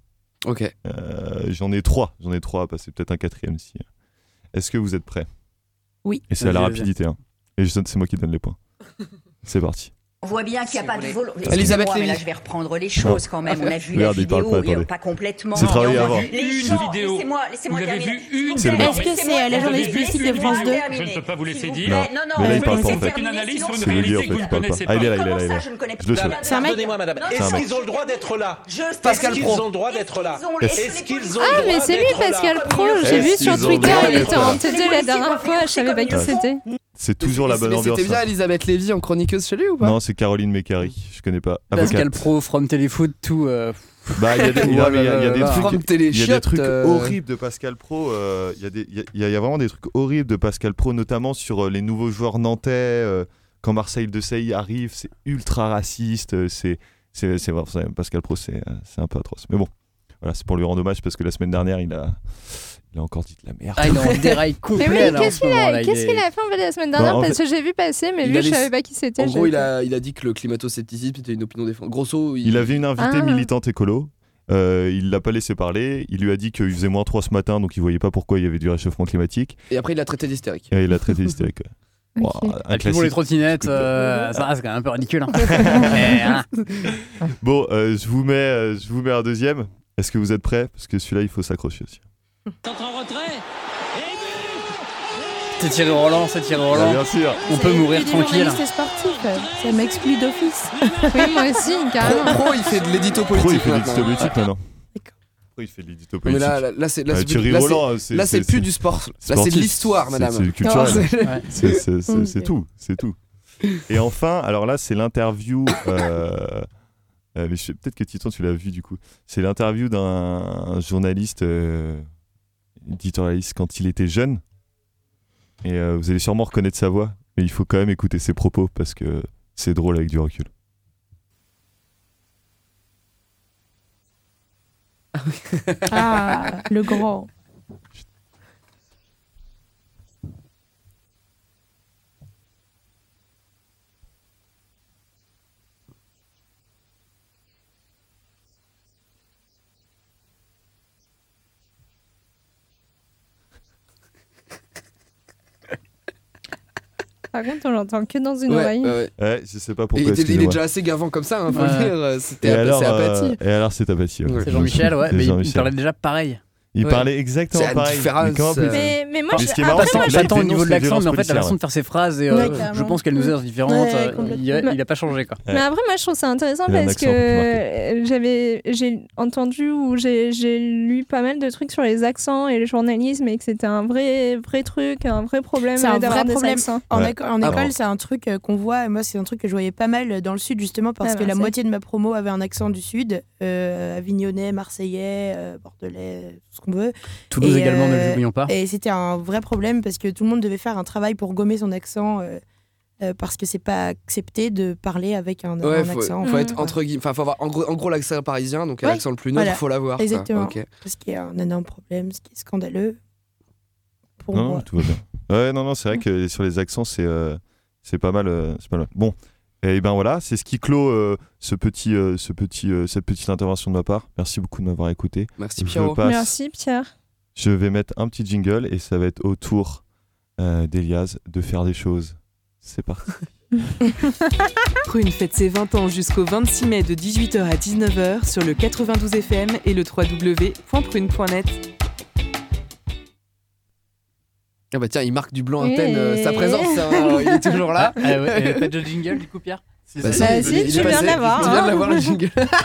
S5: Ok.
S4: Euh, j'en ai trois, j'en ai trois à passer, peut-être un quatrième si. euh. Est-ce que vous êtes prêts
S7: Oui.
S4: Et c'est à la
S5: Vas-y, vas-y.
S4: rapidité, hein. Et je donne- c'est moi qui donne les points. C'est parti.
S15: On voit bien qu'il n'y a pas de
S16: voulez.
S15: volonté.
S5: Elisabeth
S15: mais là
S5: Lévy.
S15: je vais reprendre les
S3: Ah.
S15: choses quand même. On a vu
S4: Regarde,
S15: la
S4: il parle
S15: vidéo,
S4: pas,
S15: il y a
S4: attendez.
S15: pas complètement.
S4: C'est travaillé
S15: On a
S4: avant.
S15: vu
S4: Une
S15: Les gens,
S17: vidéo.
S15: Oh, laissez-moi, laissez-moi
S17: Vous avez
S15: terminer.
S17: vu une
S4: C'est le
S15: Laissez-moi
S17: Est-ce que c'est,
S15: terminer.
S17: euh, la journaliste
S15: Laissez-moi
S17: politique de France deux
S15: terminer.
S17: Je ne peux pas vous laisser
S15: S'il
S17: dire.
S15: plaît. Non, non,
S4: mais là, il
S15: vous
S4: parle pas en
S15: laissez
S4: fait.
S17: une analyse sur une
S4: C'est lui,
S17: réalité
S4: en
S17: que
S4: fait,
S17: vous
S4: il
S17: ne
S4: parle pas.
S17: connaissez
S4: Ah,
S17: pas.
S4: il est là, il est là, il est là.
S15: ça, je ne connais pas
S4: Je le sais.
S15: Madame, C'est un mec
S16: Pardonnez-moi, madame.
S15: Non,
S4: c'est un
S16: Est-ce
S4: mec.
S16: qu'ils ont le droit d'être là
S15: Je-
S16: Pascal
S15: Est-ce qu'ils
S16: Pro.
S15: ont
S16: le droit d'être là Est-ce qu'ils ont
S3: Ah
S16: le
S3: mais
S16: droit
S3: c'est lui
S16: d'être là
S3: Pascal Pro, j'ai
S4: Est-ce
S3: vu
S4: qu'ils ont
S3: sur
S4: le
S3: Twitter,
S4: droit
S3: il était
S4: d'être
S3: en
S4: là
S3: TD la dernière fois, je savais pas qui
S4: Ouais.
S3: c'était.
S4: C'est toujours la
S5: Mais
S4: bonne ambiance.
S5: C'était bien
S4: hein.
S5: Elisabeth Lévy en chroniqueuse chez lui ou pas
S4: Non, c'est Caroline Mécari. Je connais pas.
S6: Pascal
S4: Avocate.
S6: Pro, From Téléfoot, tout. euh,
S4: Bah, il y a des, il y a- il y a- il y a des
S6: Voilà.
S4: trucs, il y a des trucs
S6: euh.
S5: euh,
S4: horribles de Pascal Pro. euh, Il y, a des- il y a- il y a- il y a vraiment des trucs horribles de Pascal Pro, notamment sur euh, les nouveaux joueurs nantais. euh, quand Marseille de Seille arrive, c'est ultra raciste. euh, c'est, c'est, c'est vrai, c'est- Pascal Pro, c'est, euh, c'est un peu atroce. Mais bon, voilà, c'est pour lui rendre hommage parce que la semaine dernière, il a, il a encore dit de la merde.
S6: Ah, il est en déraille complet.
S3: Mais oui,
S6: là, en
S3: qu'est-ce
S6: ce
S3: qu'il
S6: moment-là,
S3: a,
S6: il
S3: qu'est-ce
S6: est-
S3: qu'il a fait en fait la semaine dernière
S5: Non, en
S3: Parce
S5: fait,
S3: que j'ai vu passer, mais
S5: il
S3: vu
S5: a
S3: je
S5: laissé-
S3: savais pas qui c'était.
S5: En
S3: j'ai
S5: gros, il
S3: pas-
S5: a, il a dit que le climato-scepticisme était une opinion défendue. Grosso,
S4: Il avait une invitée
S3: Ah.
S4: militante écolo Euh, il l'a pas laissé parler. Il lui a dit qu'il faisait moins 3 ce matin, donc il voyait pas pourquoi il y avait du réchauffement climatique.
S5: Et après, il l'a traité d'hystérique.
S4: Et il l'a traité d'hystérique. ouais. Wow,
S6: Et
S4: un
S6: Ah, puis pour les
S4: classique.
S6: trottinettes, euh, ça reste quand même un peu ridicule. hein. Mais, hein,
S4: Bon, euh, je vous mets, euh, je vous mets un deuxième. Est-ce que vous êtes prêts Parce que celui-là, il faut s'accrocher aussi.
S6: C'est Thierry Roland, c'est Thierry Roland.
S4: Bah, bien sûr.
S6: On peut mourir tranquille.
S7: C'est sportif, euh. ça m'exclut d'office.
S3: Oui, moi aussi, carrément.
S5: Pro, pro, il fait de l'édito
S4: Pro, il
S5: politique.
S4: fait de
S5: maintenant.
S4: l'édito politique maintenant. Pro, il fait de l'édito
S5: Mais
S4: politique.
S5: là, là, là, c'est là,
S4: Euh,
S5: c'est
S4: Thierry
S5: là, c'est-
S4: Roland, c'est-
S5: là, c'est
S4: c'est-
S5: plus du sport. Là, c'est de
S4: sportif.
S5: l'histoire,
S4: C'est-
S5: madame.
S4: C'est culturel.
S5: Non, c'est-
S4: C'est- c'est- c'est- C'est tout. C'est tout. Et enfin, alors là, c'est l'interview. euh, euh, mais je sais- peut-être que Titan, tu l'as vu du coup. C'est l'interview d'un journaliste euh, éditorialiste quand il était jeune. Et euh, vous allez sûrement reconnaître sa voix, mais il faut quand même écouter ses propos parce que c'est drôle avec du recul.
S7: Ah, le grand.
S3: Par contre, on l'entend que dans une
S5: Ouais,
S3: oreille.
S5: ouais, ouais.
S4: Ouais, je sais pas
S5: Et
S4: pourquoi.
S5: il, était- il est
S4: excusez-moi.
S5: déjà assez gavant comme ça, hein, faut
S6: Ouais.
S5: le dire. euh, C'était
S4: Et
S5: ap-
S4: alors,
S5: c'est
S4: euh,
S5: apathie.
S4: et alors, c'est Apache.
S5: Ouais.
S6: C'est Jean-Michel, ouais,
S4: C'est
S6: mais il- il
S4: Jean-Michel.
S6: parlait déjà pareil.
S4: Il
S6: Ouais.
S4: parlait exactement
S6: C'est la
S4: pareil.
S6: différence,
S4: Mais comment
S6: euh,
S3: Mais, mais moi,
S4: Mais
S3: je-
S4: ce qui est
S3: après,
S4: marrant, c'est
S3: moi,
S4: que
S3: je-
S4: là,
S6: Pas tant au
S4: il
S6: niveau
S4: dénonce
S6: de
S4: la
S6: l'accent,
S4: violence
S6: mais en fait, la
S4: policière,
S6: façon
S4: ouais.
S6: de faire ses phrases, et, euh,
S7: Ouais, clairement.
S6: je pense qu'elle nous est différente.
S7: Ouais,
S6: euh, il, a,
S7: complètement.
S6: il a pas changé quoi.
S3: Mais après, moi, je trouve ça intéressant
S6: Il a un
S3: parce que
S6: accent un peu plus marqué.
S3: euh, j'avais, j'ai entendu ou j'ai, j'ai lu pas mal de trucs sur les accents et le journalisme et que c'était un vrai, vrai truc, un vrai problème
S7: C'est un
S3: d'avoir
S7: vrai
S3: des
S7: problème.
S3: accents.
S7: En,
S3: Ouais.
S7: éco- en
S3: Ah
S7: école,
S3: bon.
S7: c'est un truc euh, qu'on voit. Moi, c'est un truc que je voyais pas mal euh, dans le sud, justement, parce
S3: Ah,
S7: que la
S3: Marseille.
S7: moitié de ma promo avait un accent du sud euh, avignonnais, marseillais, euh, bordelais, euh, tout ce qu'on veut.
S6: Toulouse
S7: Et, euh,
S6: également, ne l'oublions pas.
S7: Et c'était un vrai problème parce que tout le monde devait faire un travail pour gommer son accent. euh, euh, parce que c'est pas accepté de parler avec un,
S5: Ouais,
S7: un
S5: faut,
S7: accent.
S5: faut être entre guillemets. Enfin, faut avoir en gros, en gros l'accent parisien, donc
S7: Ouais.
S5: l'accent le plus neutre,
S7: Voilà.
S5: faut l'avoir. ça.
S7: Exactement.
S5: Ok.
S7: Ce qui est un énorme problème, ce qui est scandaleux. Pour
S4: non,
S7: moi.
S4: tout va bien. Ouais, non, non, c'est vrai que sur les accents, c'est euh, c'est pas mal. euh, c'est pas mal. Bon, et ben voilà, c'est ce qui clôt euh, ce petit, euh, ce petit, euh, cette petite intervention de ma part. Merci beaucoup de m'avoir écouté.
S5: Merci
S4: Je,
S5: Pierrot.
S4: passe-
S3: Merci, Pierre.
S4: je vais mettre un petit jingle et ça va être au tour euh, d'Elias de faire des choses. C'est parti.
S1: Prune fête ses 20 ans jusqu'au 26 mai de 18h à 19h sur le 92 FM et le www.prune.net.
S5: Ah bah tiens, il marque du blanc
S1: Et-
S5: antenne, euh, sa présence, hein, euh, il est toujours là.
S6: Ah, ah ouais, et pas de jingle du coup, Pierre ça.
S5: Bah si, Bah il- si, il est tu viens de passé. l'avoir, Tu viens de hein. l'avoir, le jingle.
S6: D'accord,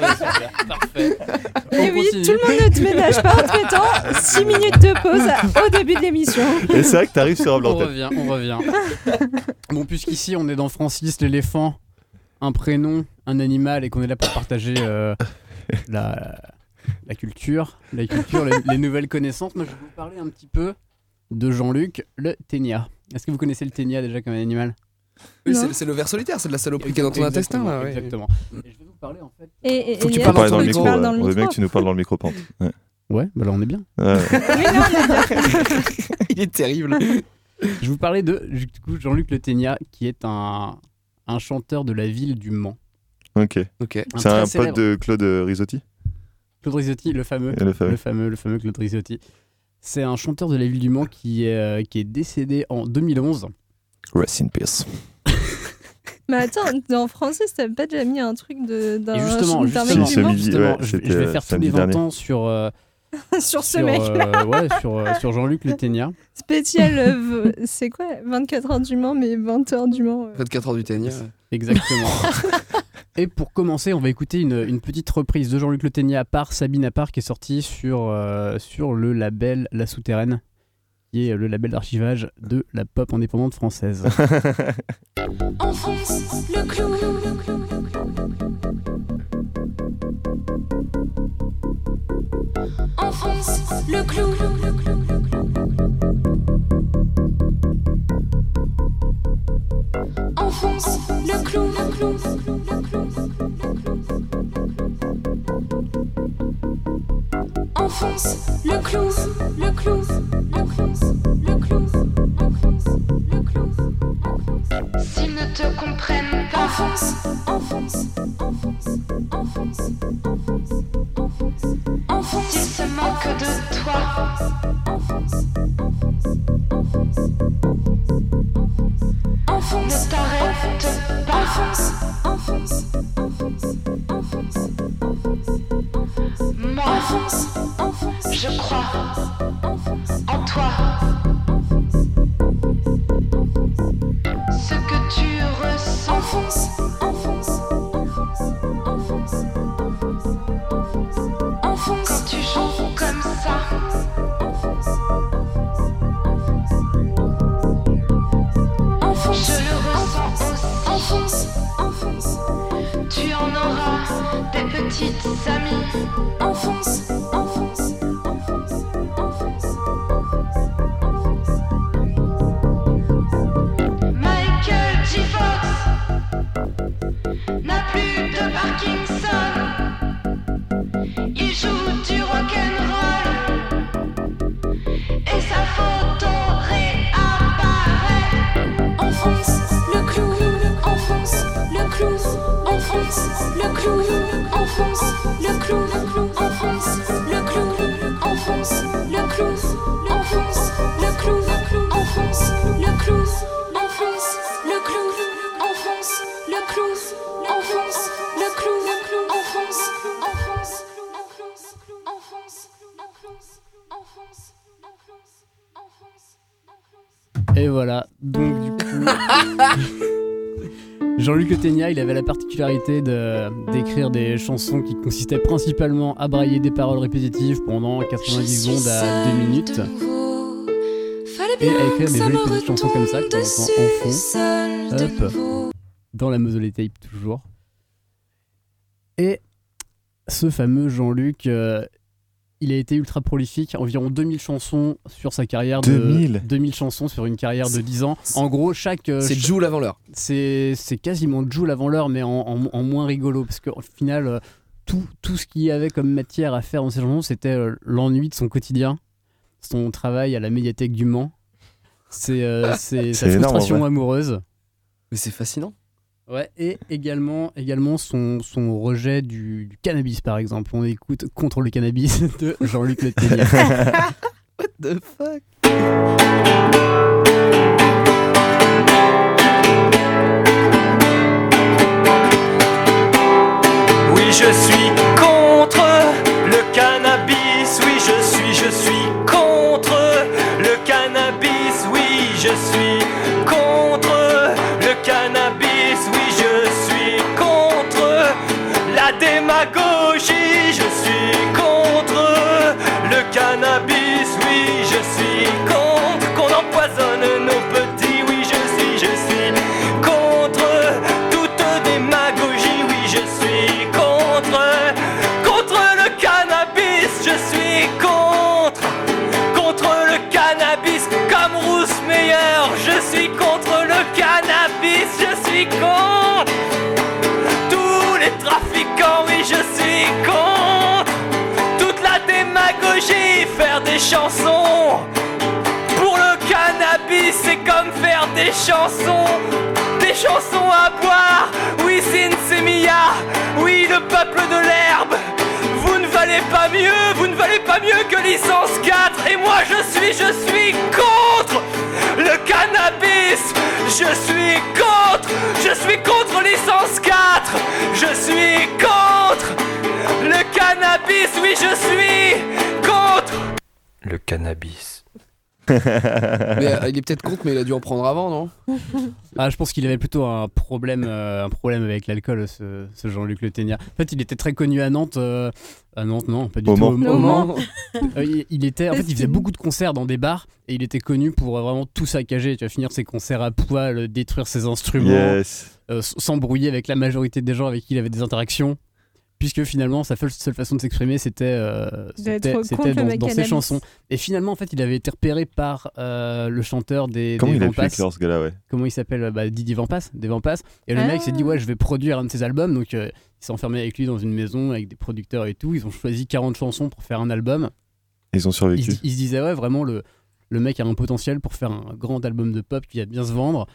S6: bah super, Parfait.
S3: Et
S6: On
S3: Eh oui,
S6: continue.
S3: tout le monde ne te ménage pas entre temps. 6 minutes de pause au début de l'émission.
S4: Et c'est vrai que t'arrives sur un blanc
S6: On
S4: tête.
S6: revient, on revient. Bon, puisqu'ici on est dans Francis l'éléphant, un prénom, un animal, et qu'on est là pour partager euh, la, la culture, la culture, les, les nouvelles connaissances. Moi, je vais vous parler un petit peu de Jean-Luc, le ténia. Est-ce que vous connaissez le ténia déjà comme animal
S5: Oui, c'est c'est le ver solitaire, c'est de la saloperie qui est dans ton intestin.
S6: Exactement,
S5: là, ouais.
S6: Exactement.
S3: Et, et,
S5: Faut que tu
S3: Elias,
S5: parles
S3: faut
S5: dans le
S3: que tu
S5: micro,
S3: parles
S5: ouais.
S3: dans le
S4: On veut bien
S3: micro.
S4: que euh, tu nous parles dans le micro pente. Ouais.
S6: bah là on est bien.
S5: Il est terrible.
S6: Je vous parlais de du coup, Jean-Luc Le Ténia, qui est un, un chanteur de la ville du Mans.
S4: Ok.
S5: Ok.
S4: C'est
S6: Un
S4: un,
S6: très
S4: pote de Claude euh, Risotti.
S6: Claude Rizzotti, le fameux.
S4: Le fameux.
S6: Le fameux, le fameux Claude Rizzotti. C'est un chanteur de la ville du Mans qui est, euh, qui est décédé en 2011.
S4: Rest in peace.
S3: Mais attends, dans français, t'as pas déjà mis un truc de, d'un,
S6: Et justement, justement,
S3: d'un
S4: mec du Mans C'est samedi,
S6: justement,
S4: ouais,
S6: je, vais- je
S4: c'était,
S6: vais
S4: euh,
S6: faire tous
S4: samedi
S6: les 20
S4: dernier.
S6: ans sur, euh,
S3: sur ce mec
S6: euh, ouais, sur, euh, sur Jean-Luc Le Ténia.
S3: spécial. euh, v- c'est quoi 24 heures du Mans, mais 20 heures du Mans. euh.
S5: 24 heures du tennis.
S6: Exactement. Et pour commencer, on va écouter une, une petite reprise de Jean-Luc Le Ténia à part, Sabine à part, qui est sortie sur, euh, sur le label La Souterraine, qui est le label d'archivage de la pop indépendante française.
S17: Enfonce le clou. Enfonce le clou. Enfonce le clou. Enfonce le clou, le clou, enfonce le clou, enfonce le clou. S'ils ne te comprennent pas, enfonce, enfonce, enfonce, enfonce, enfonce, enfonce, de toi. Enfonce, ne t'arrête pas. Enfonce, enfonce, enfonce, enfonce. Je crois en toi. Ce que tu ressens. Enfonce, enfonce, enfonce, enfonce. Enfonce, quand tu joues comme ça. Enfonce, je le ressens aussi. Enfonce, enfonce, tu en auras des petites amies. Enfonce, enfonce, enfonce, enfonce. Michael G. Fox n'a plus de Parkinson. Il joue du rock'n'roll et sa photo réapparaît. Enfonce le clou, enfonce le clou, enfonce le clou, enfonce le clou, enfonce le clou, enfonce le clou, enfonce le clou, enfonce le clou, enfonce le clou, enfonce le clou, enfonce le clou, enfonce, enfonce, enfonce, enfonce, enfonce, enfonce.
S6: Et voilà, donc du coup. Jean-Luc Le Ténia, il avait la particularité de- d'écrire des chansons qui consistaient principalement à brailler des paroles répétitives pendant 90 secondes à 2 minutes.
S17: Fallait
S6: Et
S17: bien
S6: à écrire
S17: que
S6: des
S17: ça me
S6: jolies petites chansons comme ça
S17: retombe
S6: qu'on entend
S17: dessus
S6: en
S17: seul de
S6: fond. Hop, dans la mausolée tape toujours. Et ce fameux Jean-Luc, euh, il a été ultra prolifique, environ 2000 chansons sur sa carrière de
S4: 2000.
S6: 2000 chansons sur une carrière de 10 ans. En gros, chaque euh,
S5: C'est
S6: cha-
S5: Joule avant l'heure.
S6: C'est c'est quasiment Joule avant l'heure mais en, en- en moins rigolo parce qu'au final euh, tout, tout ce qu'il y avait comme matière à faire dans ces chansons, c'était euh, l'ennui de son quotidien, son travail à la médiathèque du Mans, c'est euh, c'est sa
S5: C'est énorme, en
S6: frustration
S5: vrai.
S6: amoureuse.
S5: Mais c'est fascinant.
S6: Ouais, et également, également son, son rejet du, du cannabis, par exemple. On écoute Contre le cannabis de Jean-Luc Le Tellier.
S17: What the fuck
S16: Oui, je suis contre le cannabis. Oui, je suis, je suis contre le cannabis. Oui, je suis contre le cannabis. Oui, je suis contre la démagogie. Je suis contre le cannabis. Oui, je suis contre qu'on empoisonne nos petits. Oui, je suis, je suis contre toute démagogie. Oui, je suis contre, contre le cannabis. Je suis contre, contre le cannabis. Comme Rousse Meyer, je suis contre le cannabis. Je suis contre tous les trafiquants. Oui, je suis contre toute la démagogie. Faire des chansons. Pour le cannabis, c'est comme faire des chansons, des chansons à boire. Oui, Sinsemilla, oui, le peuple de l'herbe. Vous ne valez pas mieux, vous ne valez pas mieux que licence 4. Et moi, je suis, je suis contre le cannabis. Je suis contre, je suis contre licence 4. Je suis contre le cannabis. Oui, je suis contre.
S5: Le cannabis. Mais, euh, il est peut-être contre, mais il a dû en prendre avant, non
S6: Ah, je pense qu'il avait plutôt un problème, euh, un problème avec l'alcool, ce, ce Jean-Luc Le Ténia. En fait, il était très connu à Nantes. euh, à Nantes, non, pas du
S4: Au
S6: tout.
S4: Mans.
S6: Au
S4: Au
S6: Mans.
S4: Mans.
S6: Euh, il, il était, en fait, il faisait beaucoup de concerts dans des bars et il était connu pour euh, vraiment tout saccager. Tu vas finir ses concerts à poil, euh, détruire ses instruments,
S4: Yes.
S6: euh, s- s'embrouiller avec la majorité des gens avec qui il avait des interactions. Puisque finalement, sa fe- seule façon de s'exprimer, c'était euh, c'était-
S3: contre
S6: c'était
S3: le
S6: dans,
S3: mec
S6: dans ses
S3: cannabis.
S6: chansons. Et finalement, en fait, il avait été repéré par euh, le chanteur des.
S4: Comment
S6: des
S4: il a pu
S6: Vampas
S4: éclore ce gars-là, ouais.
S6: comment il s'appelle bah, Didi Vampas, des Vampas. Et le mec s'est dit ouais, je vais produire un de ses albums. Donc euh, il s'est enfermé avec lui dans une maison avec des producteurs et tout. Ils ont choisi 40 chansons pour faire un album.
S4: Ils ont survécu.
S6: Ils, ils se disaient ouais, vraiment le le mec a un potentiel pour faire un grand album de pop qui va bien se vendre.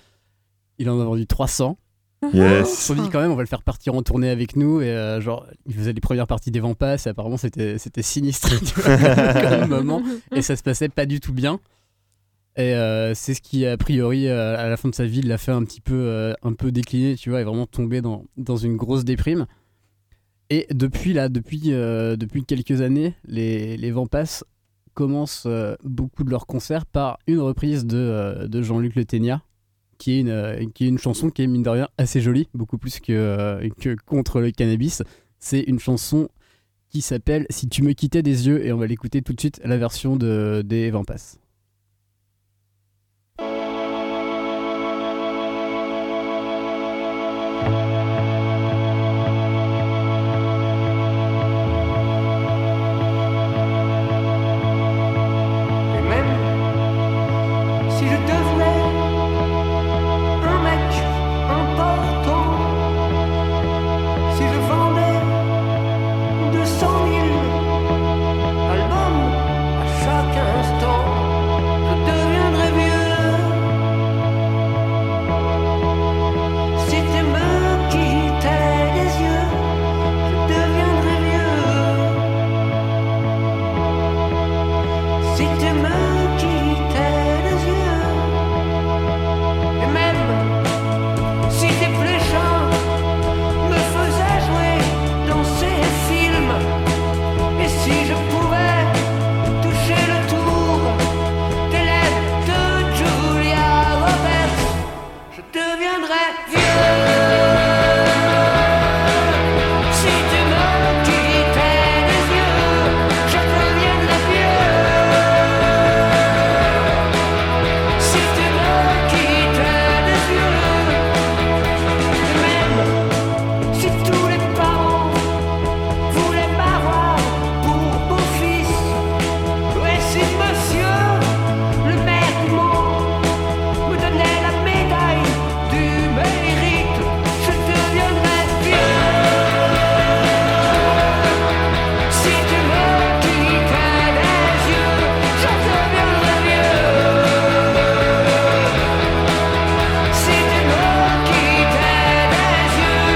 S6: Il en a vendu 300.
S4: Yes.
S6: On dit quand même, on va le faire partir en tournée avec nous. Et euh, genre, il faisait les premières parties des Vampas et apparemment c'était, c'était sinistre tu vois, comme moment. Et ça se passait pas du tout bien. Et euh, c'est ce qui, a priori, euh, à la fin de sa vie, l'a fait un petit peu, euh, un peu décliner, tu vois, et vraiment tomber dans, dans une grosse déprime. Et depuis là, depuis, euh, depuis quelques années, les, les Vampas commencent euh, beaucoup de leurs concerts par une reprise de, euh, de Jean-Luc Le Ténia, qui est, une, euh, qui est une chanson qui est mine de rien assez jolie, beaucoup plus que, euh, que contre le cannabis. C'est une chanson qui s'appelle Si tu me quittais des yeux, et on va l'écouter tout de suite, la version de, des Vampas.
S17: Et même si je devenais un mec important, si je vendais 200 000 albums à chaque instant, je deviendrais vieux. Si tu me quittais les yeux, je deviendrais vieux. Si tu me quittais les yeux, et même si tes fléchins me faisaient jouer dans ces films, et si je pouvais toucher le tour des lèvres de Julia Roberts, je deviendrais vieux. Si tu me quittais les yeux, je deviendrais vieux. Si tu me quittais les yeux, même si tous les parents voulaient m'avoir pour mon fils, et si monsieur le maire me donnait la médaille du mérite, je deviendrais vieux. Si tu me quittais les yeux, je deviendrais vieux. Si tu me quittais les yeux,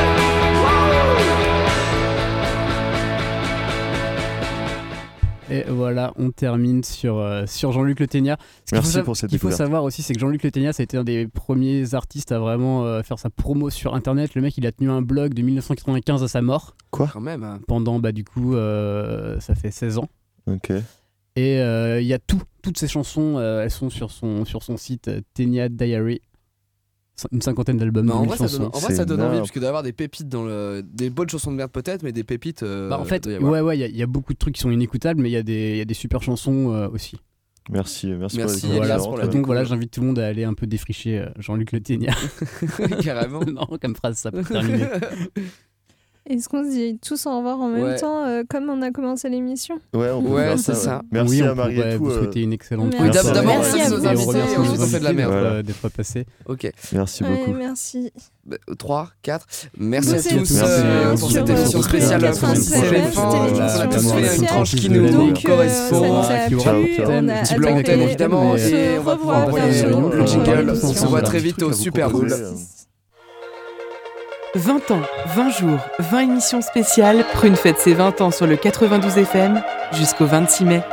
S6: Et voilà, on termine sur, euh, sur Jean-Luc Le Ténia. Ce qu'il
S4: Merci
S6: faut sa-
S4: pour cette
S6: qu'il faut
S4: découverte.
S6: savoir aussi, c'est que Jean-Luc Le Ténia, ça a été un des premiers artistes à vraiment euh, faire sa promo sur Internet. Le mec, il a tenu un blog de 1995 à sa mort.
S4: Quoi
S5: Quand même.
S6: Pendant, bah, du coup, euh, ça fait 16 ans.
S4: Ok.
S6: Et euh, il y a tout, toutes ces chansons, euh, elles sont sur son, sur son site euh, Ténia Diary. Cin- Une cinquantaine d'albums,
S5: Non, Bah, en
S6: 1000
S5: vrai, ça
S6: chansons.
S5: donne, en vrai, ça donne envie parce que d'avoir des pépites dans le. des bonnes chansons de merde peut-être, mais des pépites. euh,
S6: Bah, en fait,
S5: doit y
S6: ouais,
S5: avoir.
S6: ouais, il y a- il y, a beaucoup de trucs qui sont inécoutables, mais il y, a des- il y a des super chansons euh, aussi.
S4: Merci, euh, merci,
S5: Merci,
S4: pour la
S5: Elias,
S4: découverte.
S5: pour la
S6: Et donc voilà, j'invite tout le monde à aller un peu défricher euh, Jean-Luc Le Ténia.
S5: Carrément.
S6: non, comme phrase, ça peut terminer.
S3: Est-ce qu'on se dit tous au revoir en même
S6: Ouais.
S3: temps, euh, comme on a commencé l'émission
S4: Ouais, on peut
S5: Ouais,
S4: faire
S5: c'est
S4: ouais.
S5: ça.
S6: Oui,
S4: Merci à
S6: on
S4: Marie
S6: pourrait
S4: et tout.
S6: vous
S4: euh,
S6: souhaiter une excellente
S3: Merci.
S6: soirée.
S5: D'abord, merci à
S6: Et
S5: vous
S6: on
S5: invités,
S6: remercie
S5: on
S6: nos
S5: vous a fait de la
S6: invités
S5: merde.
S6: d'être,
S5: Voilà.
S6: euh, d'être pas passés.
S5: Ok.
S4: Merci
S3: Ouais,
S4: beaucoup.
S3: merci.
S5: 3, 4. Merci à
S3: Vous êtes
S5: tous
S3: sur,
S5: euh,
S3: euh,
S5: pour
S3: sur,
S5: cette
S3: euh,
S5: émission spéciale
S3: Prune
S5: Francis
S3: 96,
S5: et l'éléphant.
S3: c'était
S5: On a tous
S6: l'émission
S5: fait une
S6: spéciale.
S5: tranche qui
S6: Donc,
S5: nous
S6: euh,
S5: correspond.
S6: ça nous a
S5: Qui aura-
S6: plu,
S5: qui aura-
S6: on a
S5: petit peu en
S6: adoré.
S5: antenne, évidemment.
S6: On
S5: Et on va
S6: se
S5: pouvoir
S6: revoit
S5: envoyer
S6: dans
S5: le
S6: le
S5: jingle.
S6: Super
S5: On se voit
S6: Bowl.
S5: très vite au Super Bowl.
S1: Prune. 20 ans, 20 jours, 20 émissions spéciales. Prune fête ses 20 ans sur le 92 FM jusqu'au 26 mai.